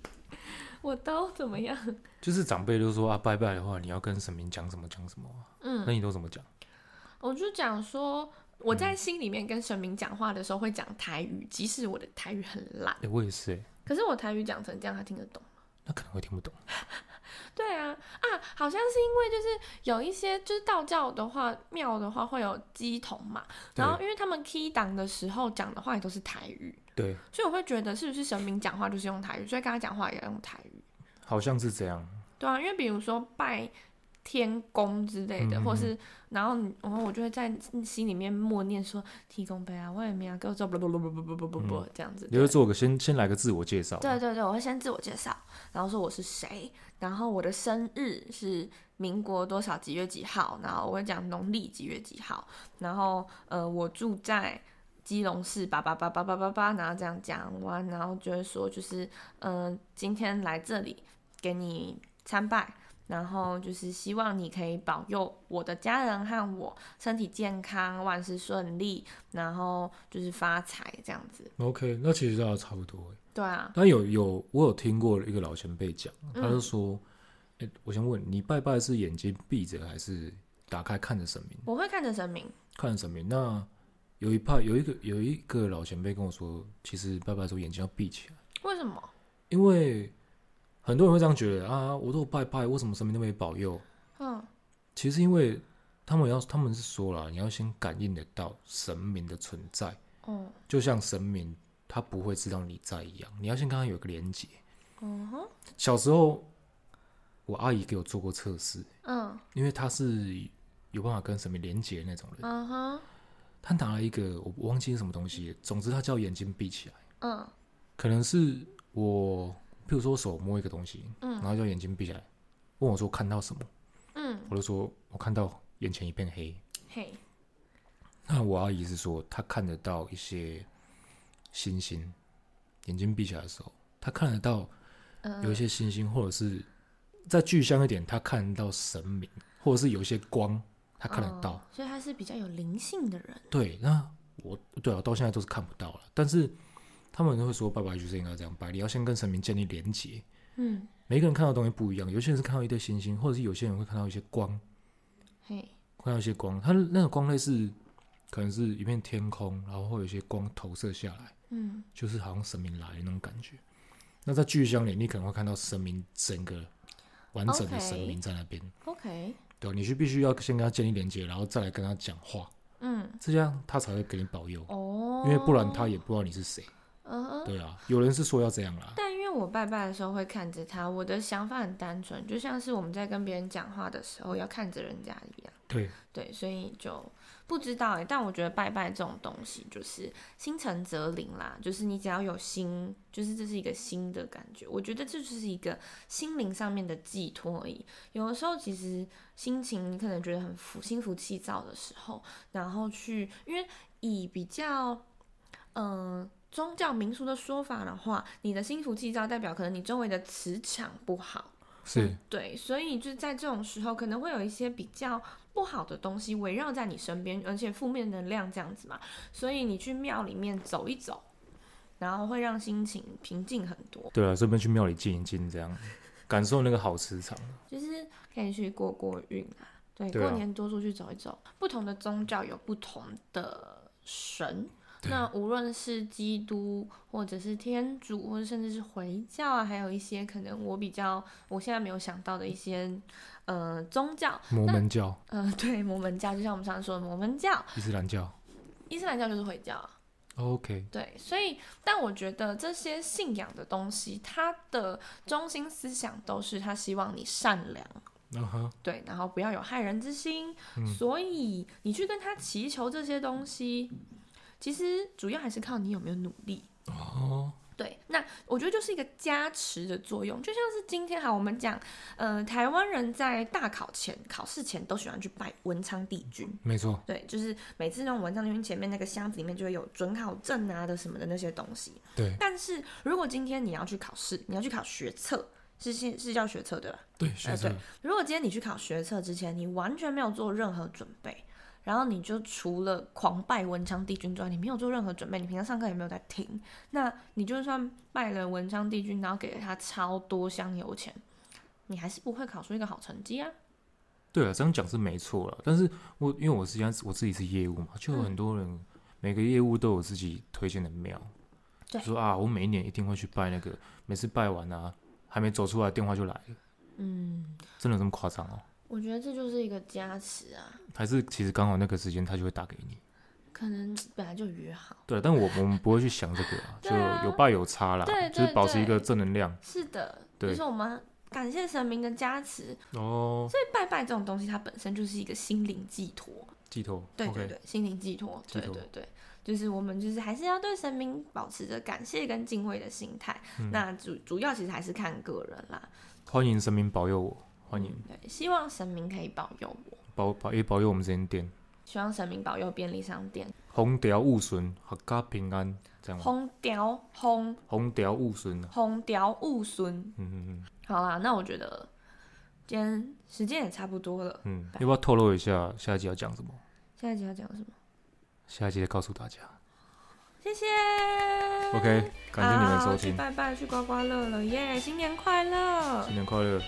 A: 我都怎么样？
B: 就是长辈都说啊，拜拜的话，你要跟神明讲什么讲什么啊、
A: 嗯，
B: 那你都怎么讲？
A: 我就讲说，我
B: 嗯
A: 在心里面跟神明讲话的时候会讲台语，即使我的台语很烂
B: 哎、，我也是哎、
A: 可是我台语讲成这样，他听得懂。
B: 那可能会听不懂。
A: 对啊，啊，好像是因为就是有一些就是道教的话，庙的话会有鸡童嘛，
B: 对
A: 然后因为他们 key 档的时候讲的话也都是台语，
B: 对，
A: 所以我会觉得是不是神明讲话就是用台语，所以跟他讲话也要用台语。
B: 好像是这样。
A: 对啊，因为比如说拜天公之类的，
B: 嗯
A: 或是然后你然后我就会在心里面默念说提供杯啊，我也没啊，给我做不不不不不不不
B: 嗯
A: 不这样子。
B: 你就做个先先来个自我介绍，
A: 对啊对对，我会先自我介绍，然后说我是谁，然后我的生日是民国多少几月几号，然后我会讲农历几月几号，然后呃我住在基隆市八八八八八八八，然后这样讲完，然后就会说就是嗯、呃今天来这里给你参拜。然后就是希望你可以保佑我的家人和我身体健康、万事顺利，然后就是发财这样子。
B: OK，那其实倒差不多欸。
A: 对啊，
B: 但有有我有听过一个老前辈讲，他
A: 嗯
B: 就说，哎、我想问你拜拜是眼睛闭着还是打开看着神明？
A: 我会看着神明，
B: 看着神明。那有一派有一个有一个老前辈跟我说，其实拜拜的时候眼睛要闭起来，
A: 为什么？
B: 因为很多人会这样觉得啊，我都有拜拜，为什么神明都没保佑？
A: 嗯，
B: 其实因为他们要他们是说了，你要先感应得到神明的存在。
A: 哦，
B: 就像神明他不会知道你在一样，你要先跟他有一个连接。
A: 嗯哼，
B: 小时候，我阿姨给我做过测试，
A: 嗯，
B: 因为她是有办法跟神明连接的那种人。
A: 嗯哼，
B: 她拿了一个我我忘记是什么东西，总之她叫眼睛闭起来，
A: 嗯，
B: 可能是我，譬如说手摸一个东西，
A: 嗯
B: 然后叫眼睛闭起来，问我说看到什么，
A: 嗯，
B: 我就说我看到眼前一片黑。
A: 嘿，
B: 那我阿姨是说她看得到一些星星，眼睛闭起来的时候，她看得到
A: 嗯，
B: 有一些星星，或者是再具象一点，他看得到神明，或者是有一些光，他看得到。
A: 哦所以他是比较有灵性的人。
B: 对，那我对啊，到现在都是看不到了。但是他们都会说，拜拜就是应该这样拜，你要先跟神明建立连结。
A: 嗯，
B: 每个人看到的东西不一样，有些人是看到一堆星星，或者是有些人会看到一些光，
A: 嘿，
B: 看到一些光，它那个光类似可能是一片天空，然后会有一些光投射下来，
A: 嗯，
B: 就是好像神明来的那种感觉。那在具象里，你可能会看到神明整个完整的神
A: OK
B: 明在那边。
A: ，OK，
B: 对，啊你是必须要先跟他建立连接，然后再来跟他讲话，
A: 嗯，
B: 这样他才会给你保佑，
A: 哦，
B: 因为不然他，也不知道你是谁。
A: 嗯哼。
B: 对啊，有人是说要这样啦，
A: 但因为我拜拜的时候会看着他，我的想法很单纯，就像是我们在跟别人讲话的时候要看着人家一样。
B: 对，
A: 对，所以就不知道哎、但我觉得拜拜这种东西就是心诚则灵啦，就是你只要有心，就是这是一个心的感觉。我觉得这就是一个心灵上面的寄托而已。有的时候其实心情你可能觉得很浮心浮气躁的时候，然后去因为以比较嗯。呃宗教民俗的说法的话，你的心浮气躁代表可能你周围的磁场不好，
B: 是
A: 对，所以就在这种时候，可能会有一些比较不好的东西围绕在你身边，而且负面能量这样子嘛。所以你去庙里面走一走，然后会让心情平静很多，
B: 对啊，顺便去庙里静一静，这样感受那个好磁场。
A: 就是可以去过过运啊。对，
B: 对啊
A: 过年多出去走一走。不同的宗教有不同的神，
B: 对
A: 那无论是基督或者是天主，或者甚至是回教啊，还有一些可能我比较我现在没有想到的一些呃宗教，
B: 摩门教、
A: 嗯，对，摩门教就像我们常说的摩门教，
B: 伊斯兰教
A: 伊斯兰教就是回教啊。
B: ，OK，
A: 对，所以，但我觉得这些信仰的东西，它的中心思想都是他希望你善良，
B: 嗯哼，
A: 对，然后不要有害人之心。
B: 嗯
A: 所以你去跟他祈求这些东西，其实主要还是靠你有没有努力。
B: 哦，
A: 对，那我觉得就是一个加持的作用，就像是今天哈，我们讲，呃，台湾人在大考前、考试前都喜欢去拜文昌帝君，
B: 没错，
A: 对，就是每次那种文昌帝君前面那个箱子里面就会有准考证啊的什么的那些东西。
B: 对
A: 但是如果今天你要去考试，你要去考学测，是是是叫学测对吧？
B: 对，学
A: 对
B: 生，
A: 如果今天你去考学测之前，你完全没有做任何准备，然后你就除了狂拜文昌帝君之外，你没有做任何准备，你平常上课也没有在听，那你就算拜了文昌帝君，然后给了他超多香油钱，你还是不会考出一个好成绩啊。
B: 对啊，这样讲是没错了。但是我因为我之前我自己是业务嘛，就有
A: 嗯
B: 很多人、每个业务都有自己推荐的庙，
A: 对
B: 说啊，我每一年一定会去拜那个，每次拜完啊，还没走出来电话就来了，
A: 嗯，
B: 真的有这么夸张哦？
A: 我觉得这就是一个加持啊，
B: 还是其实刚好那个时间他就会打给你？
A: 可能本来就约好。
B: 对，啊但我我们不会去想这个啊，就
A: 对啊
B: 有拜有差啦，
A: 对
B: 就是
A: 对
B: 保持一
A: 对
B: 个正能量
A: 是的，
B: 对
A: 就是我们感谢神明的加持，
B: 哦。
A: 所以拜拜这种东西，它本身就是一个心灵寄托。
B: 寄头，
A: 对
B: o
A: 对
B: k
A: 对心灵寄托，
B: 寄
A: 对
B: 托
A: 对对，就是我们就是还是要对神明保持着感谢跟敬畏的心态。
B: 嗯
A: 那主主要其实还是看个人啦，
B: 欢迎神明保佑我，欢迎
A: 嗯对，希望神明可以保佑我，
B: 保保也保佑我们这间店，
A: 希望神明保佑便利商店，
B: 红条物顺，阖家平安，这样吗？
A: 烘雕烘
B: 红条物顺啊，
A: 烘雕勿孙。
B: 嗯嗯
A: 好啦，那我觉得今天时间也差不多了，
B: 嗯嗯，要不要透露一下下一集要讲什么？
A: 下一集要讲什么？
B: 下一集再告诉大家。
A: 谢谢
B: OK，感谢你们收
A: 好去
B: 听，
A: 拜拜，去刮刮乐了耶新年快乐！
B: 新年快乐！